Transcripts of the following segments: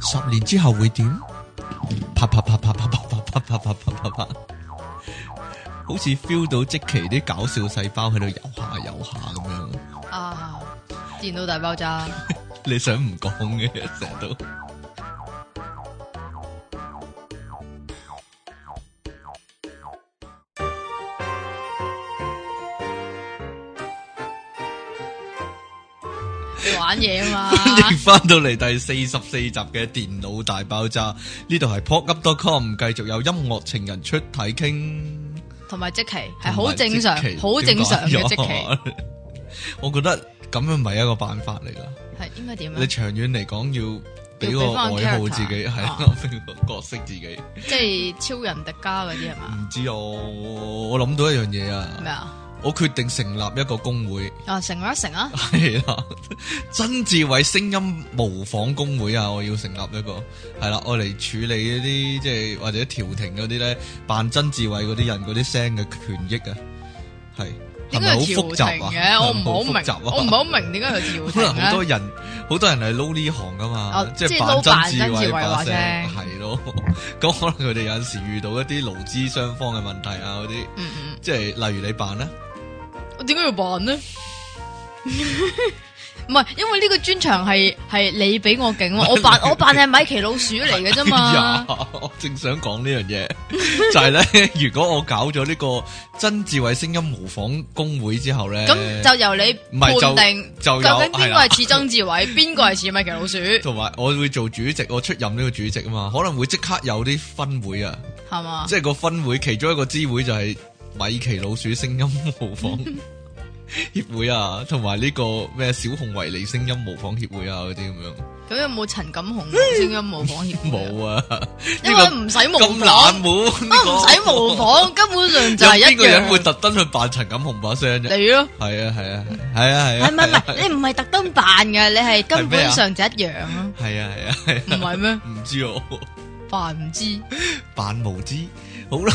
十年之後會點？啪啪啪啪啪啪啪啪啪啪啪啪，好似 feel 到即期啲搞笑細胞喺度游下游下咁樣。啊！電腦大爆 炸，你想唔講嘅成日都。你玩嘢 啊歡迎嘛！翻到嚟第四十四集嘅電腦大爆炸，呢度係 pocket.com，繼續有音樂情人出體傾。同埋即期係好正常，好正常 嘅即期期。啊我覺得咁樣唔係一個辦法嚟噶，係應該點啊你咧？長遠嚟講要俾個要俾返個愛好 character，自己，係啊啦， 俾個角色自己。即係超人迪迦嗰啲係嘛？唔知我我諗到一樣嘢咩啊，啊？我決定成立一個工會， 啊成啊成啊！係啦，曾志偉聲音模仿工會啊，我要成立一個，係啦，我嚟處理嗰啲即係或者調停嗰啲咧，扮曾志偉嗰啲人嗰啲聲嘅權益啊，係係點咪解好要複調雜停啊？嘅？我 係咪唔好複雜啊明，我唔係好明點解佢調 可能好停嗯多咧？人，好多人係撈呢行噶嘛哦，即即係係扮撈曾扮志曾志偉偉把把聲，聲係咯。 咁可能佢哋有陣時遇到一啲勞資雙方嘅問題啊，嗰啲嗯嗯，即係例如你扮啦，我點解要扮呢？ 唔係，因為呢個專場係係你俾我勁喎，我 扮我扮係米奇老鼠嚟嘅啫嘛。哎呀我正想講呢樣嘢， 就係咧， 如果我搞咗呢個曾志偉聲音模仿工會之後咧，咁就由你唔係就判定就究有竟邊個係啦係似曾志偉， 邊個係似米奇老鼠，同埋我會做主席，我出任呢個主席啊嘛，可能會即刻有啲分會啊。係嘛？即系个分会其中一个支会就系米奇老鼠声音模 仿协会啊，同埋呢个咩小熊维尼声音模仿协会啊嗰啲咁样，咁有冇陳錦鴻聲音模仿協會啊？冇啊，呢因為个唔使模咁仿冷，門，都唔使模仿，根本上就係有邊一個人會樣。特登去扮陳錦鴻把聲啫？你咯，係啊係啊係啊係係啊，唔係唔係？你唔係特登扮嘅，你係根本上就一樣咯，係啊係啊係唔係咩？啊，唔知我扮唔知， 扮無知。好啦，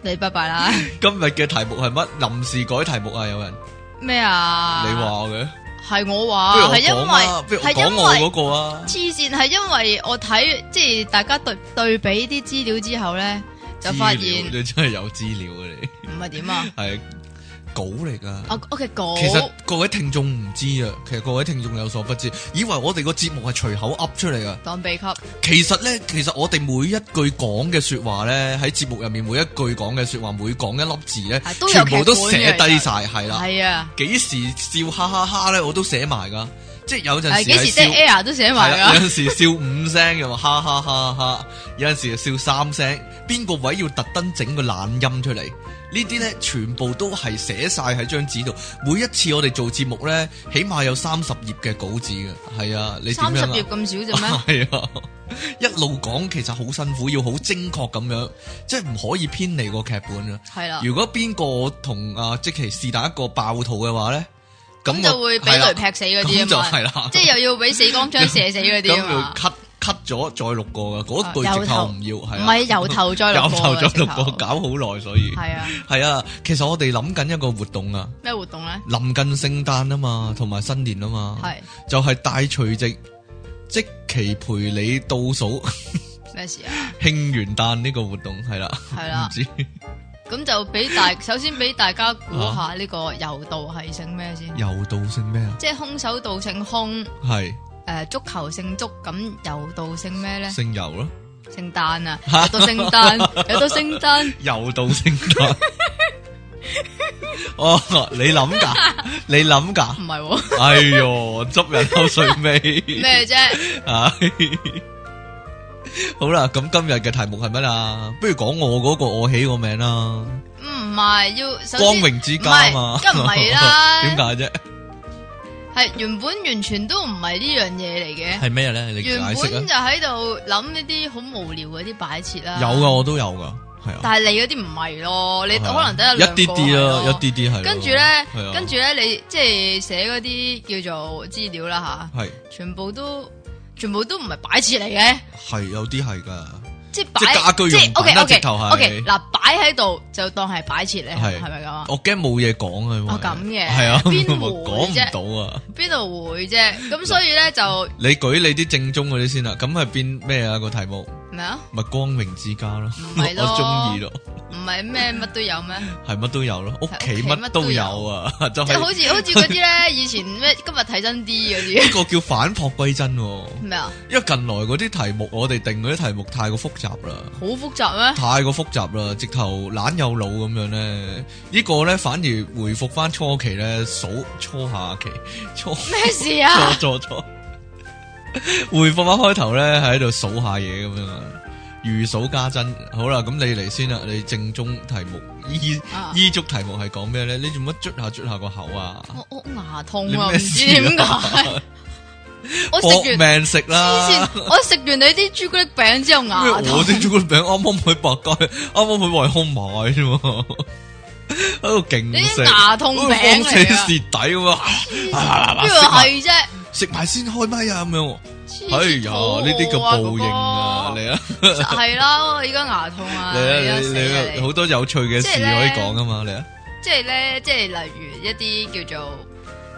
你拜拜啦。今日嘅題目係乜？臨時改題目啊，有人咩啊？你話我嘅，係我不如話，我係因講啊，不為如我係講因我為嗰個啊。黐線，係因為我睇即係大家對對比啲資料之後咧，就發資料現你真係有資料啊！你唔係點 啊？係稿嚟噶。啊，OK 稿其實各位聽眾唔知啊，其實各位聽眾有所不知，以為我哋個節目係隨口噏出嚟噶。啊當秘笈，其實呢，其實我哋每一句講嘅说話呢，喺節目入面每一句講嘅说話，每講一粒字呢，係都有全部都劇本嘅寫低其實晒，係啦。係啊，幾時笑哈哈哈呢？我都寫埋噶，即係有陣係時幾係時 dead 笑。 air 都寫埋係啊啦有㗎。阵时笑五聲嘅嘛，哈哈哈哈！有阵时就笑三聲，邊個位要特登整個懶音出嚟？呢啲咧全部都係寫晒喺張紙度。每一次我哋做節目咧，起碼有三十頁嘅稿紙嘅。係啊，你點三十樣頁啊？咁少啫 咩？係啊，一路講其實好辛苦，要好精確咁樣，即係唔可以偏離個劇本啊。係啦，如果邊個同啊即其是但一個爆肚嘅話咧，咁咁我就會俾啊係啦雷劈死嗰咁就啲啊係嘛，啦。 即係又要俾死光槍射死嗰啲咁啊要嘛， cut cut 咗再錄過噶，嗰啊句直由頭頭唔要，係唔啊係由頭 再由落頭過再嘅，錄過，搞好耐，所以係啊，係啊。其實我哋諗緊一個活動啊，咩活動咧？臨近聖誕啊嘛，同埋新年啊嘛，係就係大除夕即期陪你倒數 咩事啊？慶元旦呢個活動係啦，係唔啦，知咁就俾大首先俾大家估啊下呢個柔道係姓咩先？柔道姓咩啊？即係空手道姓空，係誒足球姓足，咁柔道姓咩咧？姓柔咯，聖 誕啊，有到聖誕，有到聖誕，柔道姓 誕。哦，你諗㗎？你諗㗎？唔係 喎哎哟，执人口水尾 咩啫？唉好啦，咁今日嘅題目係乜啊？不如講我嗰、個我起個名啦，唔係要首光先榮之家唔嘛，係梗唔係 啦點解啫？係原本完全都唔係呢樣嘢嚟嘅。係咩咧？你原解本釋啊就喺度諗呢啲好無聊嗰啲擺設啦。啊？有噶，，我都有噶，係啊。但係你嗰啲唔係咯，你係啊可能得一兩個啲啲啦，係一啲啲係咯。啊跟住咧係啊，跟住咧，你即係寫嗰啲叫做資料啦係吓，全部都全部都唔係擺設嚟嘅，係有啲係噶，即係即係擺家居用即係品 OK 啦 OK 直頭係 OK 嗱擺喺度就當係擺設嚟，係係咪咁啊？我驚冇嘢講啊因為，哦咁嘅係啊，邊 講會唔啫到啊！邊度會啫？咁所以咧就你舉你啲正宗嗰啲先啦，咁係邊咩啊個題目？咩啊？咪光榮之家咯，唔係 咯我中意咯，唔係咩乜都有咩？係乜都有咯，屋企屋企乜乜都都有啊， 就即係好係似好似嗰啲咧，以前咩今日睇真啲 嗰呢啲個叫反璞歸真喎，咩啊？因為近來嗰啲題目我哋定嗰啲題目太過複雜 啦。好複雜咩？太過複雜啦，直頭懶有腦咁樣咧，呢個咧反而回復翻初期咧，數初下期初咩事 啊？錯錯錯，回復翻開頭咧喺度數下嘢咁樣啊，如數家珍。好啦，咁你嚟先啦，你正宗題目依啊依足題目係講咩咧？你做乜捽下捽下個口啊？我我牙痛你啊，咩唔知事點解。啊？ 我食搏完命食啦！黐線，啊我食完你啲朱古力餅之後咩？牙我痛。啲朱古力餅啱啱去百佳，啱啱去惠康買啫嘛，喺度你勁食啲，牙痛好似餅放死嚟蝕噶，底咁啊！邊度係啫？食埋先開咪啊咁樣喎，黐哎線呀，肚餓呢啲叫啊報應啊！嗰嚟啊個係啦，我而家牙痛啊！嚟啊而 家你死啊你好多有趣嘅事可即係呢以講啊嘛嚟啊，即係咧，即係例如一啲叫做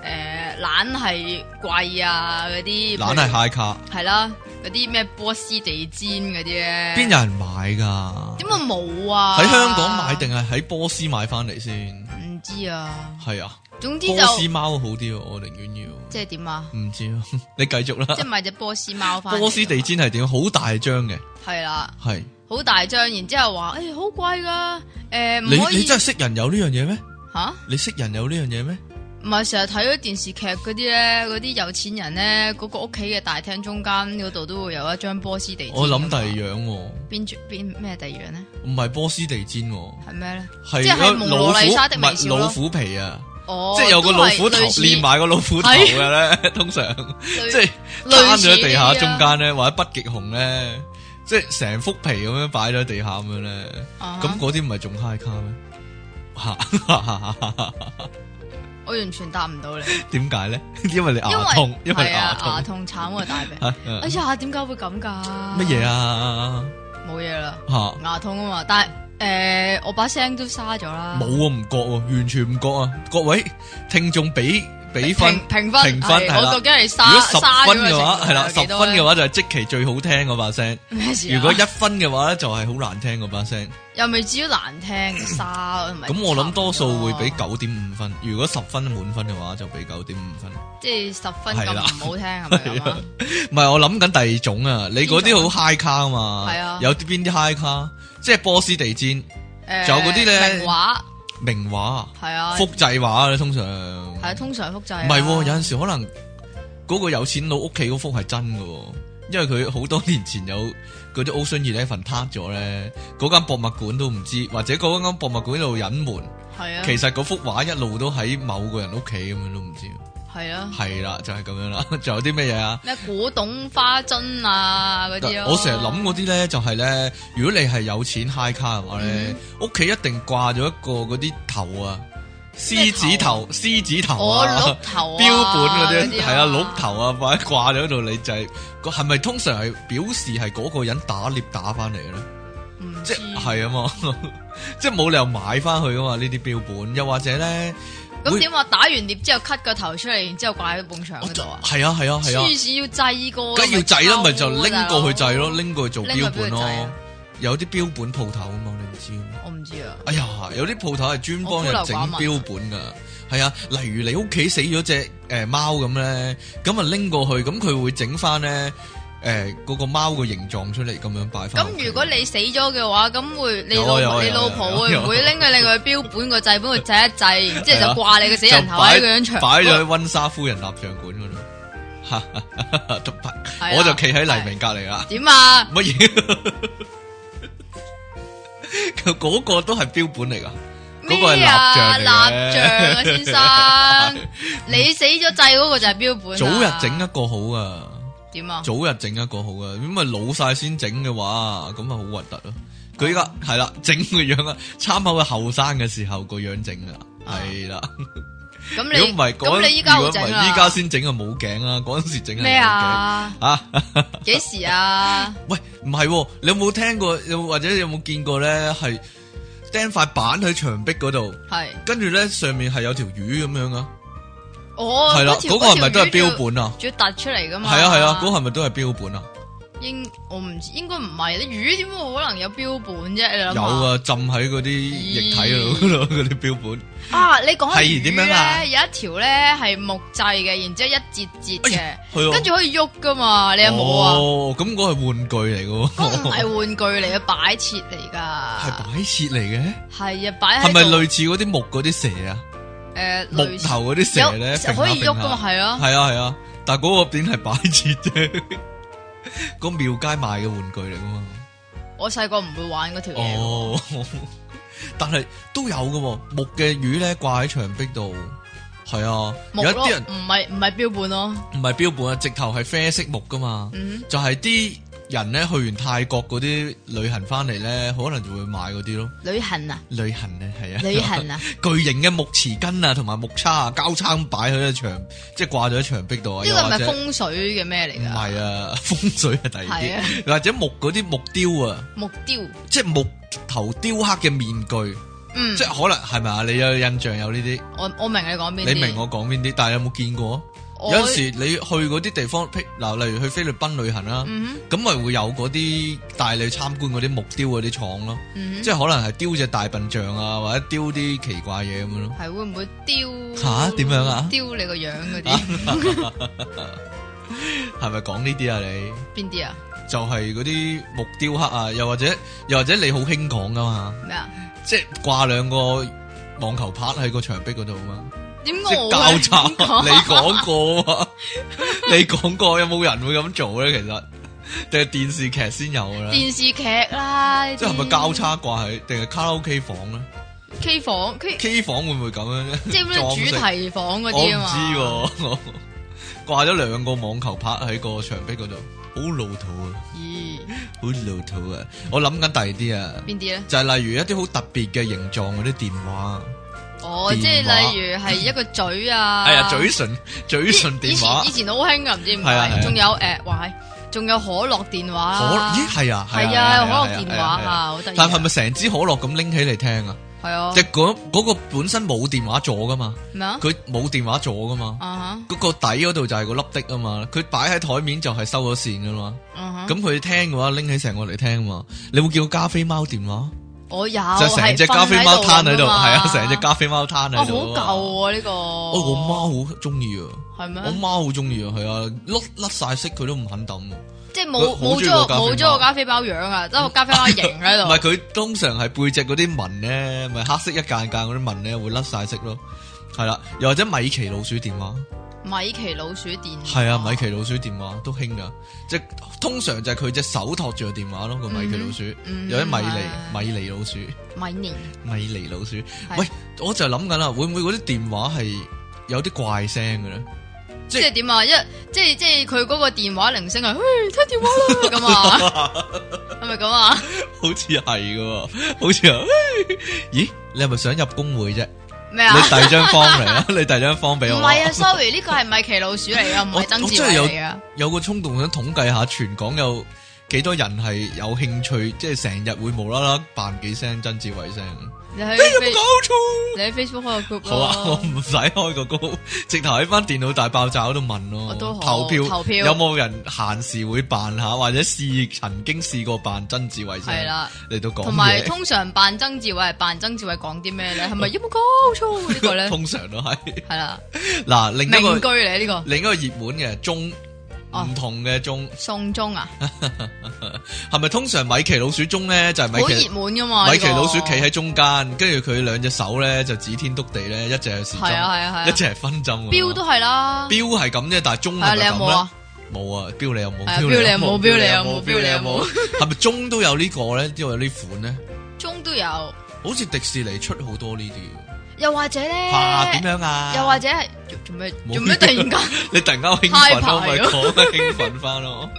誒懶係貴啊嗰啲，懶係蟹卡，係啦，嗰啲咩波斯地氈嗰啲咧，邊有人買噶？點會冇啊？喺香港買定係喺波斯買翻嚟先？唔知啊，係啊，總之波斯就貓好啲喎，我寧願要，即係點啊？唔知啊， 你繼續啦即。係買只波斯貓翻。波斯地氈係點？好大張嘅，係啦，係。好大張，然之後話哎誒好貴噶，誒唔你可以你真係識人有呢樣嘢咩？吓，你識人有呢樣嘢咩？唔係成日睇嗰啲電視劇嗰啲咧，嗰啲有錢人咧，嗰個屋企嘅大廳中間嗰度都會有一張波斯地氈㗎嘛。我諗第二樣喎，邊張邊咩第二樣咧？唔係波斯地氈喎，係咩咧？係即係有蒙老羅虎麗莎的唔微係笑咯老虎皮啊，哦，即係有個都老係虎頭類似連埋個老虎頭嘅 咧，通常類即係攤類咗似喺地下呢啲啊中間咧，或者北極熊咧，即係成幅皮咁樣擺咗喺地下咁樣咧，啊哈咁嗰啲唔係仲 high 卡咩？嚇我完全答唔到你， 點解咧？因為你因 為牙痛，因為你係牙啊牙痛。。痛慘啊大病 嚇哎呀，點解會咁噶？乜嘢？啊？冇嘢啦，嚇！牙痛啊嘛，但係誒我把聲都沙咗啦。冇啊，唔覺喎，完全唔覺啊！各位聽眾俾俾分，評評分評分係係啦我究竟係如沙果十沙咗分嘅話，程度係啦，有十幾分多咧嘅話就係即期最好聽嗰把聲；咩事啊？如果一分嘅話咧，就係好難聽嗰把聲。又未至於難聽沙，哎唔係啊咁我諗多數會俾差唔九點五分，如果十分滿分嘅話就俾九點五分。多即係十分係咁啦唔好聽係咪咁啊？唔係我諗緊第二種啊，你嗰啲好 high 卡啊嘛，係啊有啲邊啲 high 卡，即係波斯地氈、誒啊仲有嗰啲咧名畫名畫啊、係啊，複製畫咧，通常係啊通常複製啊唔係喎，有陣時可能嗰個有錢佬屋企嗰幅係真嘅喎，因為佢好多年前有嗰啲 Ocean Eleven 塌咗咧，嗰間博物館都唔知，或者嗰間博物館度隱瞞，係啊，其實嗰幅畫一路都喺某個人屋企咁樣都唔知，係啊，係啦，就係、咁樣啦。 仲有啲咩嘢啊？咩古董花樽啊嗰啲咯。我成日諗嗰啲咧，就係咧，如果你係有錢 high 卡嘅話咧嗯，屋企、一定掛咗一個嗰啲頭啊，獅子咩頭頭、獅子頭我啊。鹿頭啊 標本嗰啲啊係啊，鹿頭啊，或者掛咗喺度，你就係個係咪通常係表示係嗰個人打獵打翻嚟嘅咧？唔即知係啊嘛， 即係冇理由買翻去噶嘛呢啲標本，又或者咧，會咁點啊話打完獵之後 cut 個頭出嚟，然之後掛喺埲牆我嗰度就啊？係啊係啊係黐啊，線要製個，梗係要製啦，咪就抽啊拎過去製咯，。拎過去做標本拎過去製咯啊。有啲標本鋪頭啊嘛，你唔知啊嘛。我唔知啊，哎呀，有啲鋪頭係專幫人整標本噶，係啊，例如你屋企死咗隻誒貓咁咧，咁啊拎過去，咁佢會整翻咧誒嗰個貓個形狀出嚟，咁樣擺翻。咁如果你死咗嘅話，咁會你哦有啊有老啊你有啊老有啊婆會有啊唔會拎佢你個標本個掣本度掣一掣，然之係啊後就掛你個死人頭喺佢張牆擺擺咗喺溫莎夫人蠟像館嗰度哈哈哈哈，係啊我就企喺黎明隔離啦。點啊？乜嘢？佢嗰個都係標本嚟噶，嗰個係咩蠟啊？像嚟嘅蠟像啊，先 生，你死咗掣嗰個就係標本啊。早日整一個好啊！點啊？早日整一個好啊，咁啊老晒先整嘅話，咁啊好核突咯。佢哦依家係啦，整個樣啊，參考佢後生嘅時候個樣整啊，係啦。哦 咁如你果唔係嗰咁陣你依如家好果唔整係啦，依家先整啊冇頸啊，嗰陣時整係咩有啊？頸啊。幾 時啊？喂，唔係喎，你有冇聽過？有冇或者有冇見過咧？係釘塊板喺牆壁嗰度，係跟住咧上面係有條魚咁樣啊。哦，係啦，嗰條嗰個係咪都係嗰條魚標本啊？仲要突出嚟噶嘛？係啊係啊，嗰個係咪都係標本啊？應我唔知，應該唔係。你魚點會可能有標本啫？你諗下有，啊，浸喺嗰啲液體嗰度嗰度嗰啲標本。啊你講係係點點樣樣啊咧？有一條咧係木製嘅，然之後一節節嘅，係啊跟住可以喐噶嘛？你有冇啊？哦哦，咁嗰係玩具嚟嘅嗰個唔喎，係玩具嚟嘅，擺設嚟係噶。擺設嚟嘅，係啊，擺喺係咪度類似嗰啲木嗰啲蛇啊？誒木類似頭嗰啲蛇咧，有可以喐噶噶嘛？？係咯。係啊係啊，但係嗰個點係擺設啫， 個廟街賣嘅玩具嚟噶嘛？我細個唔會玩嗰條嘢喎，哦， 但係都有嘅喎，木嘅魚咧掛喺牆壁度，係啊，木有一咯，啲人唔係唔係標本咯，唔係標本啊，直頭係啡色木噶嘛。嗯，就係啲人咧去完泰國嗰啲旅行翻嚟咧，可能就會買嗰啲咯。旅行啊，旅行咧係啊， 旅行啊， 巨型嘅木匙羹啊，同埋木叉啊，交叉咁擺喺一牆，即係掛咗喺牆壁度啊。呢又個係或咪者風水嘅咩嚟唔㗎？係啊， 風水係第二係啊啲，又或者木嗰啲木雕啊，木雕，即係木頭雕刻嘅面具，嗯即，係可能係咪啊？你有印象有呢啲？我我明你講邊啲，你明我講邊啲？但係有冇見過？啊有我陣時你去嗰啲地方，譬嗱，例如去菲律賓旅行啦。嗯咁咪會有嗰啲帶你參觀嗰啲木雕嗰啲廠咯，嗯，即係可能係雕隻大笨象啊，或者雕啲奇怪嘢咁樣咯。係會唔會雕吓點樣啊雕你個樣嗰啲係咪講呢啲啊？你邊啲啊？就係嗰啲木雕刻啊，又或者又或者你好興講噶嘛，咩啊？即係掛兩個網球拍喺個牆壁嗰度啊嘛，點即解係我交會叉。咁講你講過啊嘛？你講過有冇人會咁做咧？其實定係電視劇先有㗎啦，電視劇啦，呢啲即係咪交叉掛喺定係卡拉 OK 房咧？ K 房 K K 房會唔會咁樣咧？即係咩撞主死題房嗰我唔啲啊嘛？知喎，掛咗兩個網球拍喺個牆壁嗰度，好老土啊，咦，好老土啊！我諗緊第二啲啊，邊啲咧？就係例如一啲好特別嘅形狀嗰啲電話，哦，即係電話例如係一個嘴啊，係啊，嘴唇嘴唇以電前話以，前好興噶，唔知點係啊係啊解，仲有誒，哇，係仲有可樂電話可啊，咦係啊係啊，可樂電話啊，，好得意啊，但係咪成支可樂咁拎起嚟聽啊？係啊即，係嗰嗰個本身冇電話座噶嘛，咩啊？佢冇電話座噶嘛，啊嗰個底嗰度就係個粒的啊嘛，佢擺喺台面就係收咗線噶嘛。哈啊哈咁佢聽嘅話，拎起成個嚟聽嘛。你有冇見過加菲貓電話？我有，就成隻哦係加菲貓攤喺度，係瞓㗎啊，嘛成隻加菲貓攤啊，喺好度。舊喎呢個，哦，我媽好中意啊，係我咩？媽好中意啊，係啊，甩甩晒色佢都唔肯抌。啊唔即係佢冇好冇中意咗個個加菲貓冇咗個加菲貓樣 啊，得個加菲貓型喺係度，佢通常係背脊嗰啲紋咧，咪黑色一間間嗰啲紋咧會甩晒色咯。係啦，又或者米奇老鼠電話，米奇老鼠電話，係啊，米奇老鼠電話都興噶，即係通常就係佢隻手托住個電話咯，個米奇老鼠，嗯有啲米係妮米妮老鼠，米年，米妮老鼠。係喂，我就諗緊啦，會唔會嗰啲電話係有啲怪聲嘅咧？即即係點啊？一即係即係佢嗰個電話鈴聲係，嘿，聽電話啦 咁啊，係咪咁啊？好似係嘅喎，好似係。咦，你係咪想入工會啫？咩啊你？遞張方嚟啊！你遞張方俾我。唔係啊，sorry，呢個係米奇老鼠嚟噶，唔我係曾我志真係偉有嚟噶。有個衝動想統計下全港有幾多人係有興趣，即係成日會無啦啦扮幾聲曾志偉聲。你喺你有冇 Face- 搞錯？你喺 Facebook 開個 group 好啊，我咯，唔使開個高，直頭喺翻電腦大爆炸嗰度問咯我。都好投票投票有冇人閒時會扮下，或者試曾經試過扮曾志偉先？係啦。嚟到啊講同埋嘢，通常扮曾志偉係扮曾志偉講啲咩咧？係咪有冇搞錯啊呢個咧？通常都係係啦，嗱，另名一句個嚟呢個。另一個熱門嘅鐘，哦唔同嘅鐘，送鐘啊，係咪通常米奇老鼠鐘咧？就係好米奇熱門啊噶嘛！米奇呢個老鼠企喺中間，跟住佢兩隻手咧就指天篤地咧，一隻係時針，係啊係啊一係啊，隻係分針。標都係啦，標係咁啫，但係鐘係啊係你咪有咁冇咧啊？？冇啊，標你有冇？係啊標你有冇標你有冇標你有冇係咪鐘都有呢個咧？都有呢款咧？鐘都有，好似迪士尼出好多呢啲又或者嘅。嚇點咧，樣啊？又或者係做做咩冇做咩突然間？ 你突然間好興奮咯，咪 High 講興奮翻 咯？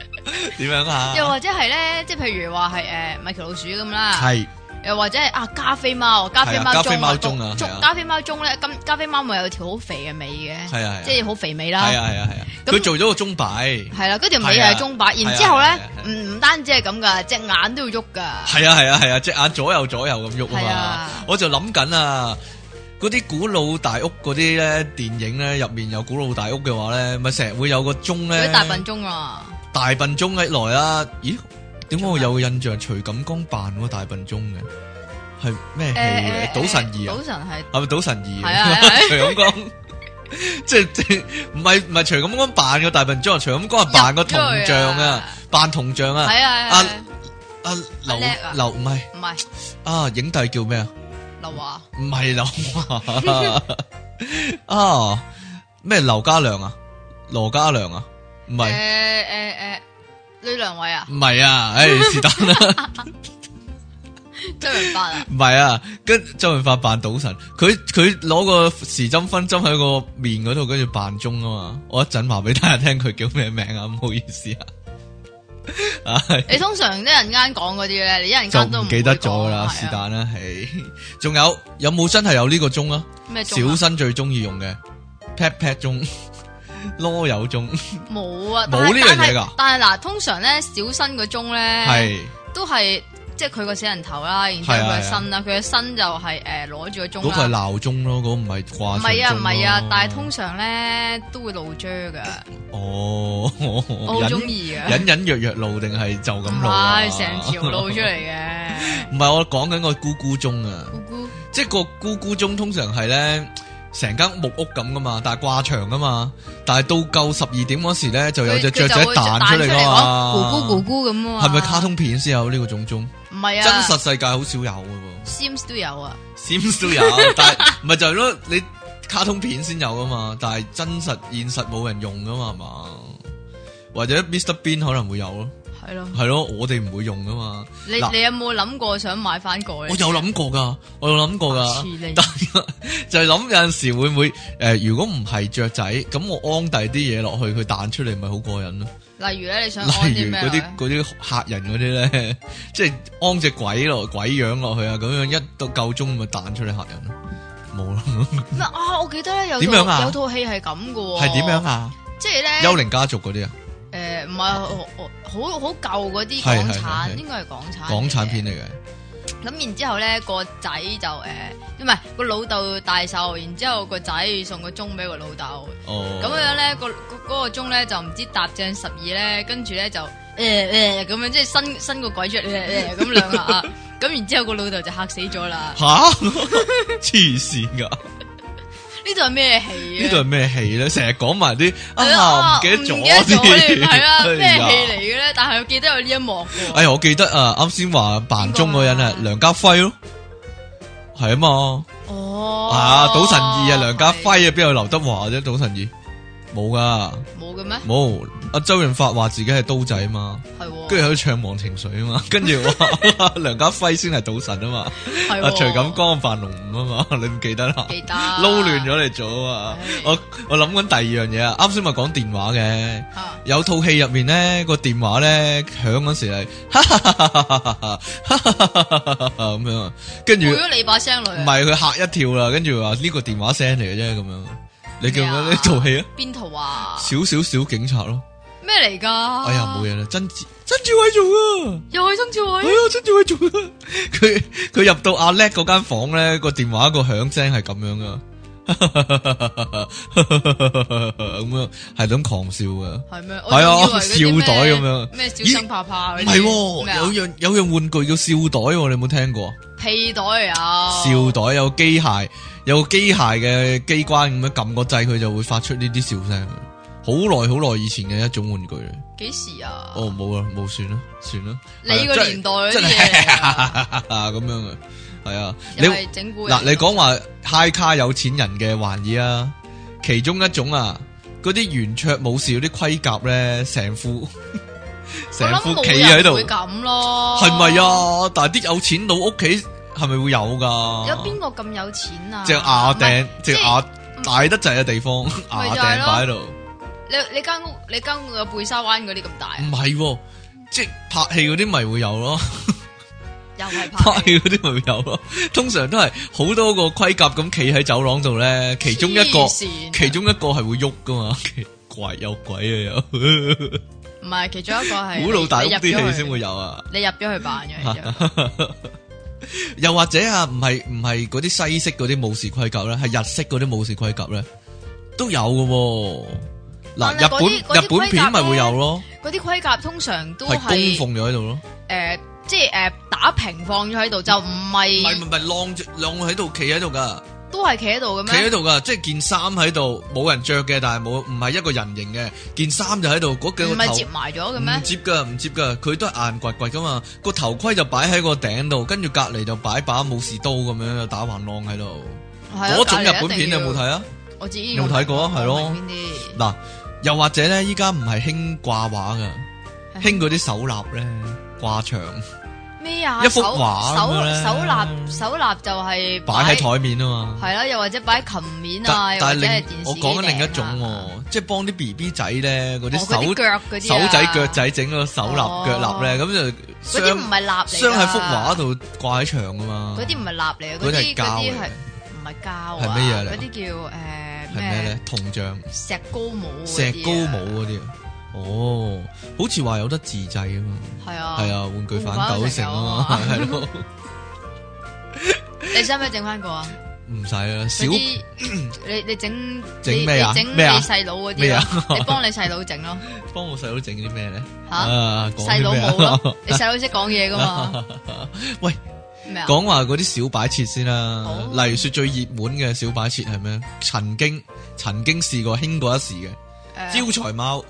點樣啊？又或者係咧，即係譬如話係誒米奇老鼠咁啦。係又或者係啊加菲貓，加菲貓係啊加菲鐘貓啊鐘啊捉係啊加菲貓鐘咧，咁加菲貓咪有條好肥嘅尾嘅，係啊係啊即係好肥尾係啦。啊係啊係啊，咁佢做咗個鐘擺，係啦，嗰條尾係啊係中擺，係啊然之後係咧啊係啊，唔唔單止係咁噶，隻眼都要喐噶。係啊係啊係啊，隻眼左右左右咁喐係啊啊嘛，我就諗緊啊。嗰啲古老大屋嗰啲咧，電影咧入面有古老大屋嘅話咧，咪成日會有個鐘嗰咧，啲大笨鐘啊，大笨鐘一來啦，咦？點解我有印象徐錦江扮嗰個大笨鐘嘅？係咩戲嚟？誒誒賭神二啊賭？神係係咪賭神二？ 係啊係啊徐錦江。即係即係唔係唔係徐錦江扮個大笨鐘，徐錦江係扮個銅像入咗去啊啊，扮銅像啊。係啊啊係啊，啊劉阿叻啊劉唔係唔係啊影帝叫咩啊？劉華唔係劉華 啊咩劉家良啊？羅家良啊？唔誒係。誒誒呂良偉 啊，唔係啊，唉、是 但啦，周潤發啊，唔係啊，跟周潤發扮賭神，佢佢攞個時針分針喺個面嗰度，跟住扮鐘啊嘛，我一陣話俾大家聽佢叫咩名啊，唔好意思啊，唉你通常一人間講嗰啲咧，你一人就間都唔會記得咗講啦，啊是但啦，係，仲有有冇真係有呢個鐘啊？咩鐘小啊新最中意用嘅 pat pat 鐘、 囉柚鐘，冇啊，冇呢樣嘢㗎但係但係嗱，通常咧小新個鐘咧，係都係即係佢個死人頭啦，然之後係啊佢嘅身啦，佢嘅身就係誒攞住個嗰個係鐘啦。鬧鐘咯，嗰個唔係掛啊唔牆係啊，唔係啊鐘咯，但係通常咧都會露啫噶， 哦，我好忍中意嘅，隱隱約約路定係就咁路啊？係成條露出 嚟嘅，唔係我講緊個咕咕鐘啊，姑姑即係個咕咕鐘通常係咧成間木屋咁噶嘛，但係掛牆噶嘛，但係到夠十二點嗰時咧就有隻雀仔彈出嚟噶嘛，哦咕咕咕咕咁啊嘛，係咪卡？通片先有呢個種鐘？唔係啊，真實世界好少有嘅喎 Sims 都有啊， ，Sims 都有，但係 咪就係咯？你卡通片先有噶嘛，但係真實現實冇人用噶嘛，係嘛？或者 Mr Bean 可能會有咯，係咯，係咯，我哋唔會用噶嘛。你嗱你有冇諗過想買翻個我啊咧？有諗過噶，我有諗過白噶痴你，但係就係諗有陣時會唔會誒、呃如果唔係雀仔，咁我安第啲嘢落去，佢彈出嚟咪好過癮咯。例如咧，你想例安啲如咩啊嗰落去？啲嗰啲客人嗰啲咧， 即係安只鬼落鬼樣落去啊，咁樣一到夠鐘咪彈出嚟客人咯，冇啦，咩啊？我記得咧有點樣啊套有套戲係咁噶喎，係點樣？啊？即係咧，幽靈家族嗰啲啊，誒唔係好好好舊嗰啲係港係係產，應該係港產港產嘅片嚟嘅，咁然之後咧個仔就誒，唔係個老豆大壽，然之後個仔送個鐘俾個老豆，哦，咁啊樣咧個嗰嗰個鐘咧就唔知搭正十二咧，跟住咧就誒誒咁樣，即係伸伸個鬼出嚟 誒誒咁兩下啊，咁然之後個老豆就嚇死咗啦。吓 黐線噶，呢度係咩戲啊？呢度係咩戲咧？成日講埋啲係咯啊唔記得咗咧啲，係 啊哎咩呀戲嚟嘅咧？但係我記得有呢一幕嘅 喎，哎呀，我記得啊，啱先話扮鐘嗰人邊個啊啊，梁家輝咯，係啊嘛，哦，啊，賭神二啊，梁家輝啊，邊有劉德華啫？賭神二冇噶，冇嘅咩？冇。阿周潤發話自己係刀仔啊嘛，係喎，跟住喺度唱《忘情水》啊嘛， 跟住話 梁家輝先係賭神啊嘛，係阿喎徐錦江扮龍五啊嘛，你 唔記得啦？記得撈亂咗嚟做啊嘛唉！我我諗緊第二樣嘢啊，啱先咪講電話嘅。啊！有套戲入面咧，個電話咧響嗰時係 咁樣啊，跟住背唔咗你把聲女，係佢嚇一跳啦，跟住話呢個電話聲嚟嘅啫咁樣。你記唔記得呢套戲啊？邊套啊？少少少警察咯，咩嚟噶？哎呀冇嘢啦，曾志曾志偉做啊，又係曾志哎偉呀，曾志偉做啊， 佢佢入到阿叻嗰間房咧，個電話個響聲係咁樣噶， 咁樣係咁狂笑噶。係咩？係啊我仲以為嗰啲笑袋咁樣咩咩小生怕怕唔嗰系啲，喎，咩啊有樣有樣玩具叫笑袋喎，你有冇聽過？屁袋啊！笑袋有機械，有個機械嘅機關咁樣撳個掣，佢就會發出呢啲笑聲。好耐好耐以前嘅一種玩具嚟。幾時啊？哦，冇啦，冇算啦，算啦。你個年代嗰啲真係嘢嚟㗎，咁樣啊，係啊。又你係整蠱人嗱，你講話 high 卡有錢人嘅玩意啊，其中一種啊，嗰啲圓桌武士嗰啲盔甲咧，成 副我成諗副冇企喺人度會。咁咯，系咪？啊？但系啲有錢佬屋企係咪會有噶？有邊個咁有錢啊？隻牙頂，唔係隻牙大得滯嘅地方，咪牙就係頂咯擺喺度，即係你你間屋你間屋有貝沙灣嗰啲咁大啊唔？係喎，即係拍戲嗰啲咪會有咯，有 又系派拍戲嗰啲咪有咯，通常都係好多個盔甲咁企喺走廊度咧，其中一個黐線其中一個係會喐噶嘛， 奇怪有鬼啊有，唔系其中一個係古老大屋你入啲咗戲去先會有啊。你入咗去扮嘅，其中一個 又或者啊，唔係唔係嗰啲西式嗰啲武士盔甲咧，係日式嗰啲武士盔甲咧，都有嘅喎。嗱，但係嗰啲日本嗰啲日本片咪會有咯，嗰啲盔甲通常都係係供奉咗喺度咯，诶，即係诶打平放咗喺度，就唔唔係唔係係晾住晾喺度，企喺度噶，都係企喺度嘅企喺咩？度噶，即係件衫喺度，冇人着嘅，但係冇唔係一個人形嘅，件衫就喺度，嗰幾唔個係頭接埋咗嘅咩唔？接噶，唔接噶，佢都係硬掘掘噶嘛，個頭盔就擺喺個頂度，跟住隔離就擺把武士刀咁樣打橫浪喺度，係啊嗰種日本片你有隔離一定要冇睇啊？我自己有冇睇過啊係咯邊啲嗱，又或者咧，依家唔係興掛畫噶，係興嗰啲手蠟咧掛牆，咩啊？一幅手畫手咁樣咧手立手立就係擺喺台面啊嘛。係啦，又或者擺喺琴面啊，但又或但者係係另電視我講講緊另一種喎，即係幫啲 B B 仔咧嗰啲啲手腳嗰啲啊手仔腳，仔整個手蠟哦腳蠟咧，咁就嗰啲唔鑲係立嚟㗎鑲喺幅畫，度掛喺牆啊嘛。嗰啲唔係立嚟嘅，嗰嗰啲係啲膠嗰啲嚟係唔係膠啊？係咩嘢嚟㗎嗰啲叫誒係咩咩啊咧？銅像、石膏帽嗰啲石啊膏帽嗰啲啊。哦，好似話有得自製啊嘛。係啊係啊，玩具反斗城啊嘛，係咯，你使唔使整翻個啊？唔使啦，嗰小啲 你你整整你咩啊你整你咩啊細佬嗰咩啲啊咯，你幫你細佬 整咯幫我細佬整啲咩咧？嚇，啊，講啲細佬咩啊冇咯，啊你細佬識講嘢 噶嘛？喂，咩啊？講話嗰啲小擺設先啦，好例如說最熱門嘅小擺設係咩？曾經曾經試過興過一時嘅誒招財貓，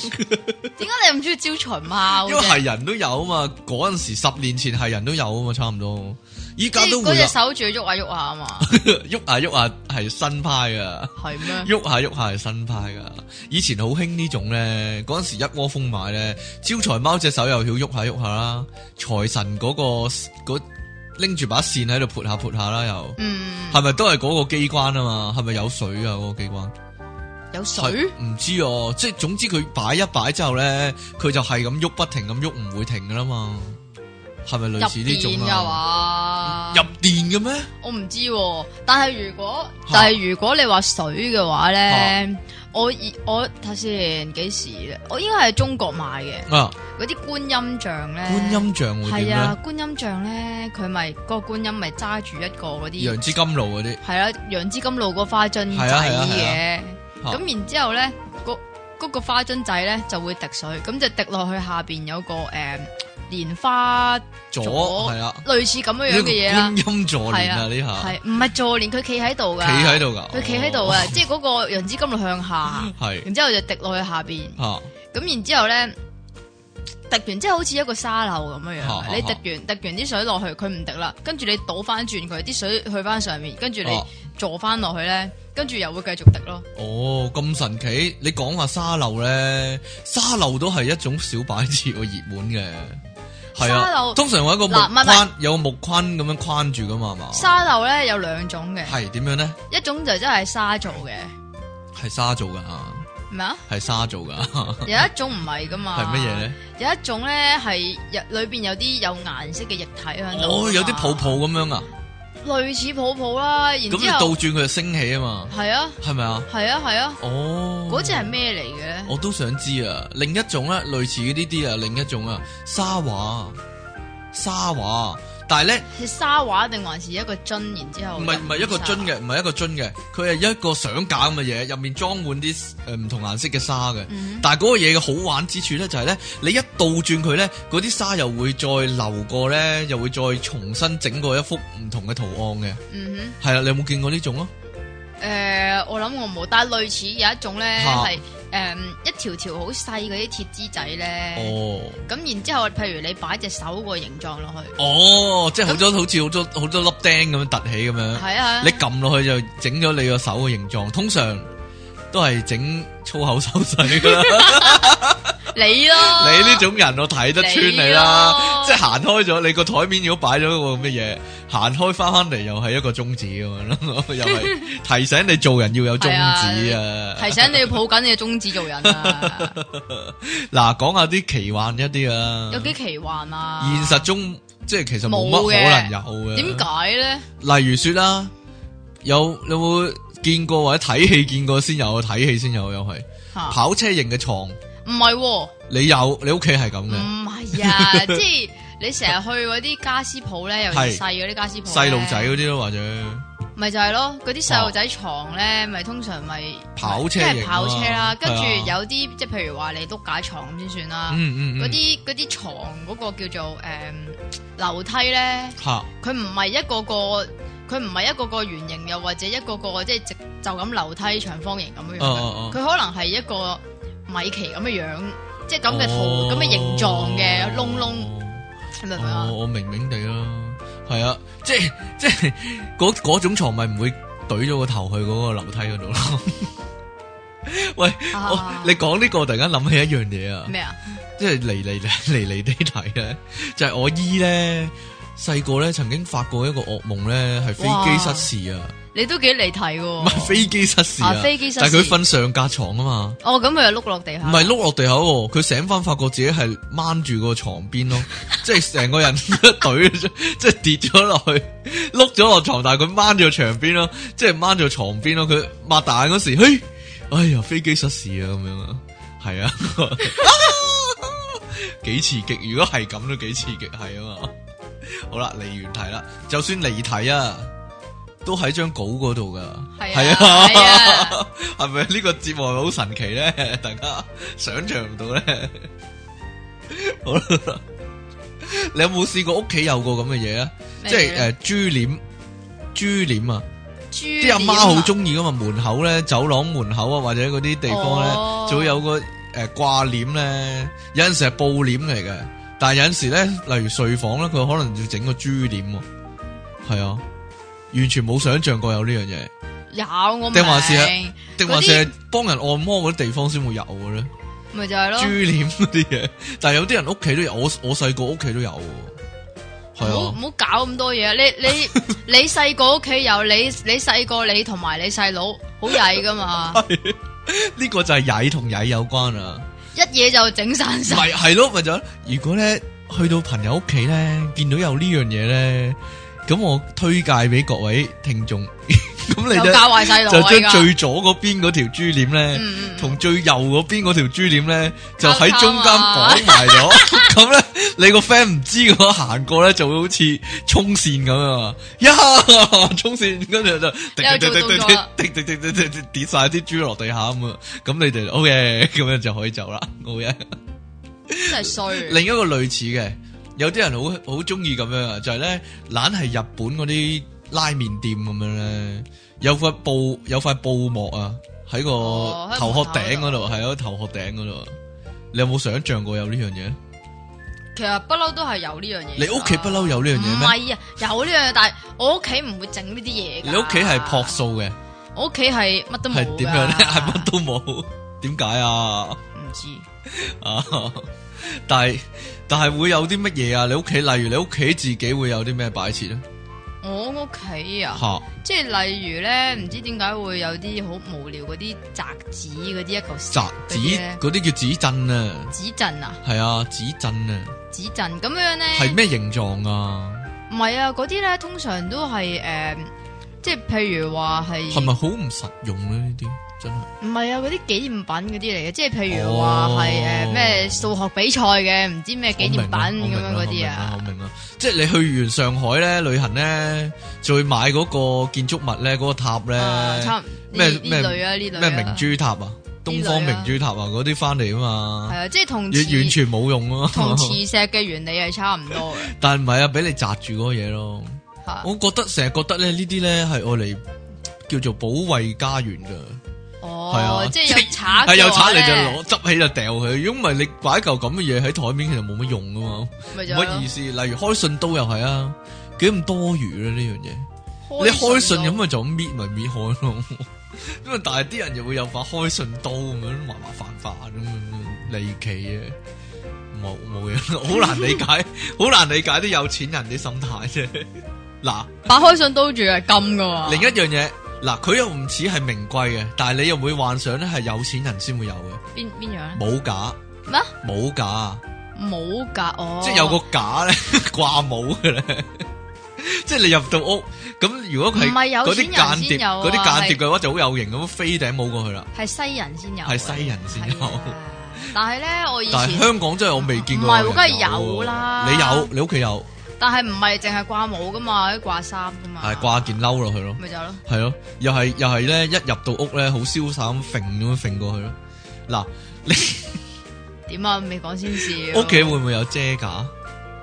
點解你唔中意招財貓因為啫？係人都有啊嘛，嗰陣時十年前係人都有啊嘛，差唔多，依即家係都嗰會隻啦手仲要喐下喐下啊嘛， 喐下喐下係新派啊噶。係咩？喐下喐下係新派噶，以前好興呢種咧，嗰阵时一窩蜂買咧，招財貓隻手又要喐下喐下啦，財神嗰、個嗰拎住把扇喺度潑下潑下啦，又嗯，係咪都係嗰個機關啊嘛？係咪有水啊嗰、個機關？有水係唔知哦、即係總之佢擺一擺之後咧，佢就係咁喐，不停咁喐，唔會停噶啦嘛。係咪入類似呢電種㗎啊？話入電嘅咩？我唔知喎，但係如果嚇但係如果你話水嘅話咧，我以我睇先幾時咧？我應該係中國買嘅啊，嗰啲觀音像咧。觀音像會點係咧啊？，觀音像咧，佢咪嗰個觀音咪揸住一個嗰啲楊枝甘露嗰啲係啦，楊枝甘露個花樽仔係啊係啊嘅。嚇咁然之後咧，嗰嗰個花樽仔咧就會滴水，咁就滴落去下邊有個誒蓮花左左係啦。類似咁樣樣呢嘅個嘢啦。觀音坐蓮啊，呢下係唔係坐蓮？佢企喺度噶，企喺，度哦噶，佢企喺度啊！即係嗰個楊枝甘露 向下，係然之後就滴落去下邊，嚇咁然之後咧。滴完之後好似一個沙漏咁樣啊啊樣，你滴完滴完啲水落去，佢唔滴啦，跟住你倒翻轉佢，啲水去翻上面，跟住你啊坐翻落去咧，跟住又會繼續滴咯。哦咁神奇！你講話沙漏咧，沙漏都係一種小擺設喎，熱門嘅係沙啊。漏通常有一個木嗱唔係唔係框，有個木框咁樣框住噶嘛，係嘛？沙漏咧有兩種嘅，係點樣咧？一種就真係沙做嘅，係沙做噶，咩啊？係沙做噶， 係有一種唔係噶嘛，乜嘢？咧？有一種咧係入裏邊有啲有顏色嘅液體喺度，啊哦，有啲泡泡，咁樣啊，類似泡泡啦，然咁你之倒後轉佢就升起啊嘛，係啊係咪啊？係啊係啊，哦，嗰只係咩嚟嘅咧？我都想知啊，另一種咧，類似呢啲啊，另一種啊，沙畫，沙畫，但係咧係沙畫定還是一個樽？然之後唔係唔係一個樽嘅，唔係一個樽嘅，佢係一個相架咁嘅嘢，入面裝滿啲誒唔同顏色嘅沙嘅。嗯但係嗰個嘢嘅好玩之處咧，就係咧，你一倒轉佢咧，嗰啲沙又會再流過咧，又會再重新整過一幅唔同嘅圖案嘅。嗯係啦，你有冇見過呢種啊？哼，誒我諗我冇，但係類似有一種咧嚇係誒一條條好細嗰啲鐵枝仔咧，哦，咁然之後譬如你擺隻手個形狀落去，哦，即係好多好似好多好多粒釘咁樣凸起咁樣。係啊你，撳落去就整咗你個手嘅形狀，通常都係整粗口手勢噶 啦。你咯，你呢種人我睇得穿你啊啦，你咯即係行開咗，你個台面如果擺咗個乜嘢，行開翻翻嚟又係一個宗旨咁樣咯， 又係提醒你做人要有宗旨啊。提醒你要抱緊你嘅宗旨做人 啊，嗱，講下啲奇幻一啲啊有，幾奇幻啊！現實中即係其實冇乜可能有嘅。点解咧？解？例如说啦，有你有冇見過或者睇戲見過先有，睇戲先有又係吓，跑車型嘅床，唔係喎，你有你屋企係咁唔嘅，係啊，即係你成日去嗰啲家私鋪咧，尤係其細嗰啲家私鋪呢，細路仔嗰啲咯或者咪就係咯，嗰啲細路仔床咧，咪通常咪啊跑車即型係啊跑車啦，跟住係啊有啲即係譬如話你碌架床咁先算啦，嗯嗯嗰嗯啲嗰啲床嗰個叫做誒樓梯咧，吓佢唔係一個個，佢唔係一個個圓形，又或者一個個即係直就咁樓梯長方形咁樣樣嘅，哦哦佢哦可能係一個米奇咁嘅樣，即係咁嘅哦圖咁嘅形狀嘅窿窿，你明唔明啊哦，？我明明地啦，係啊，即係即係嗰嗰種床咪唔會懟咗個頭去嗰個樓梯嗰度咯。喂，我啊哦你講呢個，我突然間諗起一樣嘢啊，咩啊？即係離離離離地睇咧，就係我姨咧細個咧曾經發過一個噩夢咧，係飛機失事啊，你都幾離題 唔係喎！飛機失事啊啊，飛機失事但係佢瞓上格床啊嘛。哦，咁佢就碌落地下。唔係碌落地下喎，佢醒翻發覺自己係掹住個床邊咯， 即係成個人 懟咗，即係跌咗落去， 碌咗落床，但係佢掹住個牆邊咯，即係掹住個床邊咯。佢擘大眼嗰時，嘿，哎呀，飛機失事啊，咁樣啊，係啊， 幾刺激！如果係咁都幾刺激，係啊嘛。好啦，離完題啦，就算離題啊，都喺張稿嗰度噶，係啊係啊啊， 係咪呢個節目係咪好神奇咧？大家想象唔到咧。好啦，你有冇試過屋企有個咁嘅嘢啊？咩即係嘢诶珠簾，珠簾啊，珠啲阿媽簾好啊中意噶嘛，門口咧、走廊門口啊，或者嗰啲地方咧哦，就會有個诶挂簾咧，有陣時係布簾嚟嘅，但係有陣時咧，例如睡房咧，佢可能要整個珠簾喎，係啊，完全冇想象過有呢樣嘢。有我定還是啊明，定還是係幫人按摩嗰啲地方先會有嘅咧？咪就係咯珠。簾嗰啲嘢，但係有啲人屋企都有，我我細個屋企都有喎，唔好係唔啊，好搞咁多嘢啊！你 你你细个屋企有你你细个你同埋你細佬好曳噶嘛， 呢個就係曳同曳有關啊，一嘢就整散晒。咪係咯，咪就係如果咧去到朋友屋企咧，見到有呢樣嘢咧，咁我推介俾各位聽眾， 咁你又咧教壞細路就啊！依將家最左嗰邊嗰條珠簾咧。嗯嗯，同最右嗰邊嗰條珠鏈咧，就喺中間交綁埋咗。 咁咧，你個 friend 唔知嘅話行過咧，就會好似衝線咁啊！呀，衝線，跟住就滴滴滴滴滴滴滴滴滴滴跌晒啲珠落地下咁啊！咁你哋 O K，咁樣就可以走啦。好嘅，真係衰。另一個類似嘅，有啲人好好中意咁樣啊，就係咧，懶係日本嗰啲拉麵店咁樣咧，有塊布有塊布幕啊，喺哦個喺頭門口殼頂嗰度，係啊，頭殼頂嗰度。你有冇想象過有呢樣嘢？其實不嬲都係有呢樣嘢㗎。你屋企不嬲有呢樣嘢啊唔咩？係啊，有呢樣嘢，但係我屋企唔會整呢啲嘢㗎你屋企係樸，素嘅，我屋企係乜都冇係㗎。點樣咧？係啊 乜都冇，點解啊？唔知啊！但係但係會有啲乜嘢啊？你屋企例如你屋企自己會有啲咩擺設咧？我屋企啊，吓即係例如咧，唔知點解會有啲好無聊嗰啲雜紙嗰啲一嚿宅紙紙嗰啲叫紙鎮啊！紙陣啊，系啊，指震啊，紙陣咁樣咧，系咩形狀啊？唔係啊，嗰啲咧通常都係诶、誒即係譬如話係，係咪好唔實用咧？呢啲真係唔係啊？嗰啲紀念品嗰啲嚟嘅，即係譬如話係哦诶咩數學比賽嘅，唔知咩紀念品我咁明樣啦嗰啲我明啊，啦我明啦，即係你去完上海咧旅行咧，就會買嗰個建築物咧，嗰個塔啊差咧，唔咩呢呢類啊呢類啊咩明珠塔啊，東方呢類明啊珠塔啊，嗰啲翻嚟啊嘛係，啊，即係同完完磁全冇用啊嘛同，磁石嘅原理係差唔多嘅 但係唔係啊，俾你擲住嗰個嘢咯。吓。我覺得成日覺得咧呢啲咧係我嚟叫做保衛家園㗎。係哦啊，即係有刷 係有鏟嘅話咧你就攞執起就掉佢，如果唔係你擺嚿咁嘅嘢喺台面，其實冇乜用噶嘛，咪就冇係啊乜意思。例如開信刀又係啊，幾咁多餘咧呢樣嘢。咯你開信咯咁咪就咁搣咪搣開 咯，因為但係啲人又會有把開信刀咁樣麻麻煩煩咁樣離奇嘅，冇冇嘢，好難理 解，好難理解啲有錢人啲心態啫。嗱。把開信刀住係金噶喎。另一樣嘢，嗱，佢又唔似係名貴嘅，但係你又唔會幻想咧係有錢人先會有嘅，邊邊樣咧？冇假咩？冇假，冇噶，哦，即係有個架咧 掛帽嘅咧，即係你入到屋，咁如果佢係唔係有嗰錢人啲間先諜，有啊嗰啲間諜嘅話就好有型咁飛頂帽過去啦。係西人先有嘅，係西人先有係啊。但係咧，我以但係前，香港真係我未見過唔係有人喎梗係喎有啦你有，你屋企有，但係唔係淨係掛帽噶嘛，啲掛衫噶嘛，係掛件褸落去咯，咪就係咯，係咯，又係又係咧，一入到屋咧，好瀟灑咁揈咁樣揈過去咯。嗱，點啊？未講先試屋企會唔會有遮架？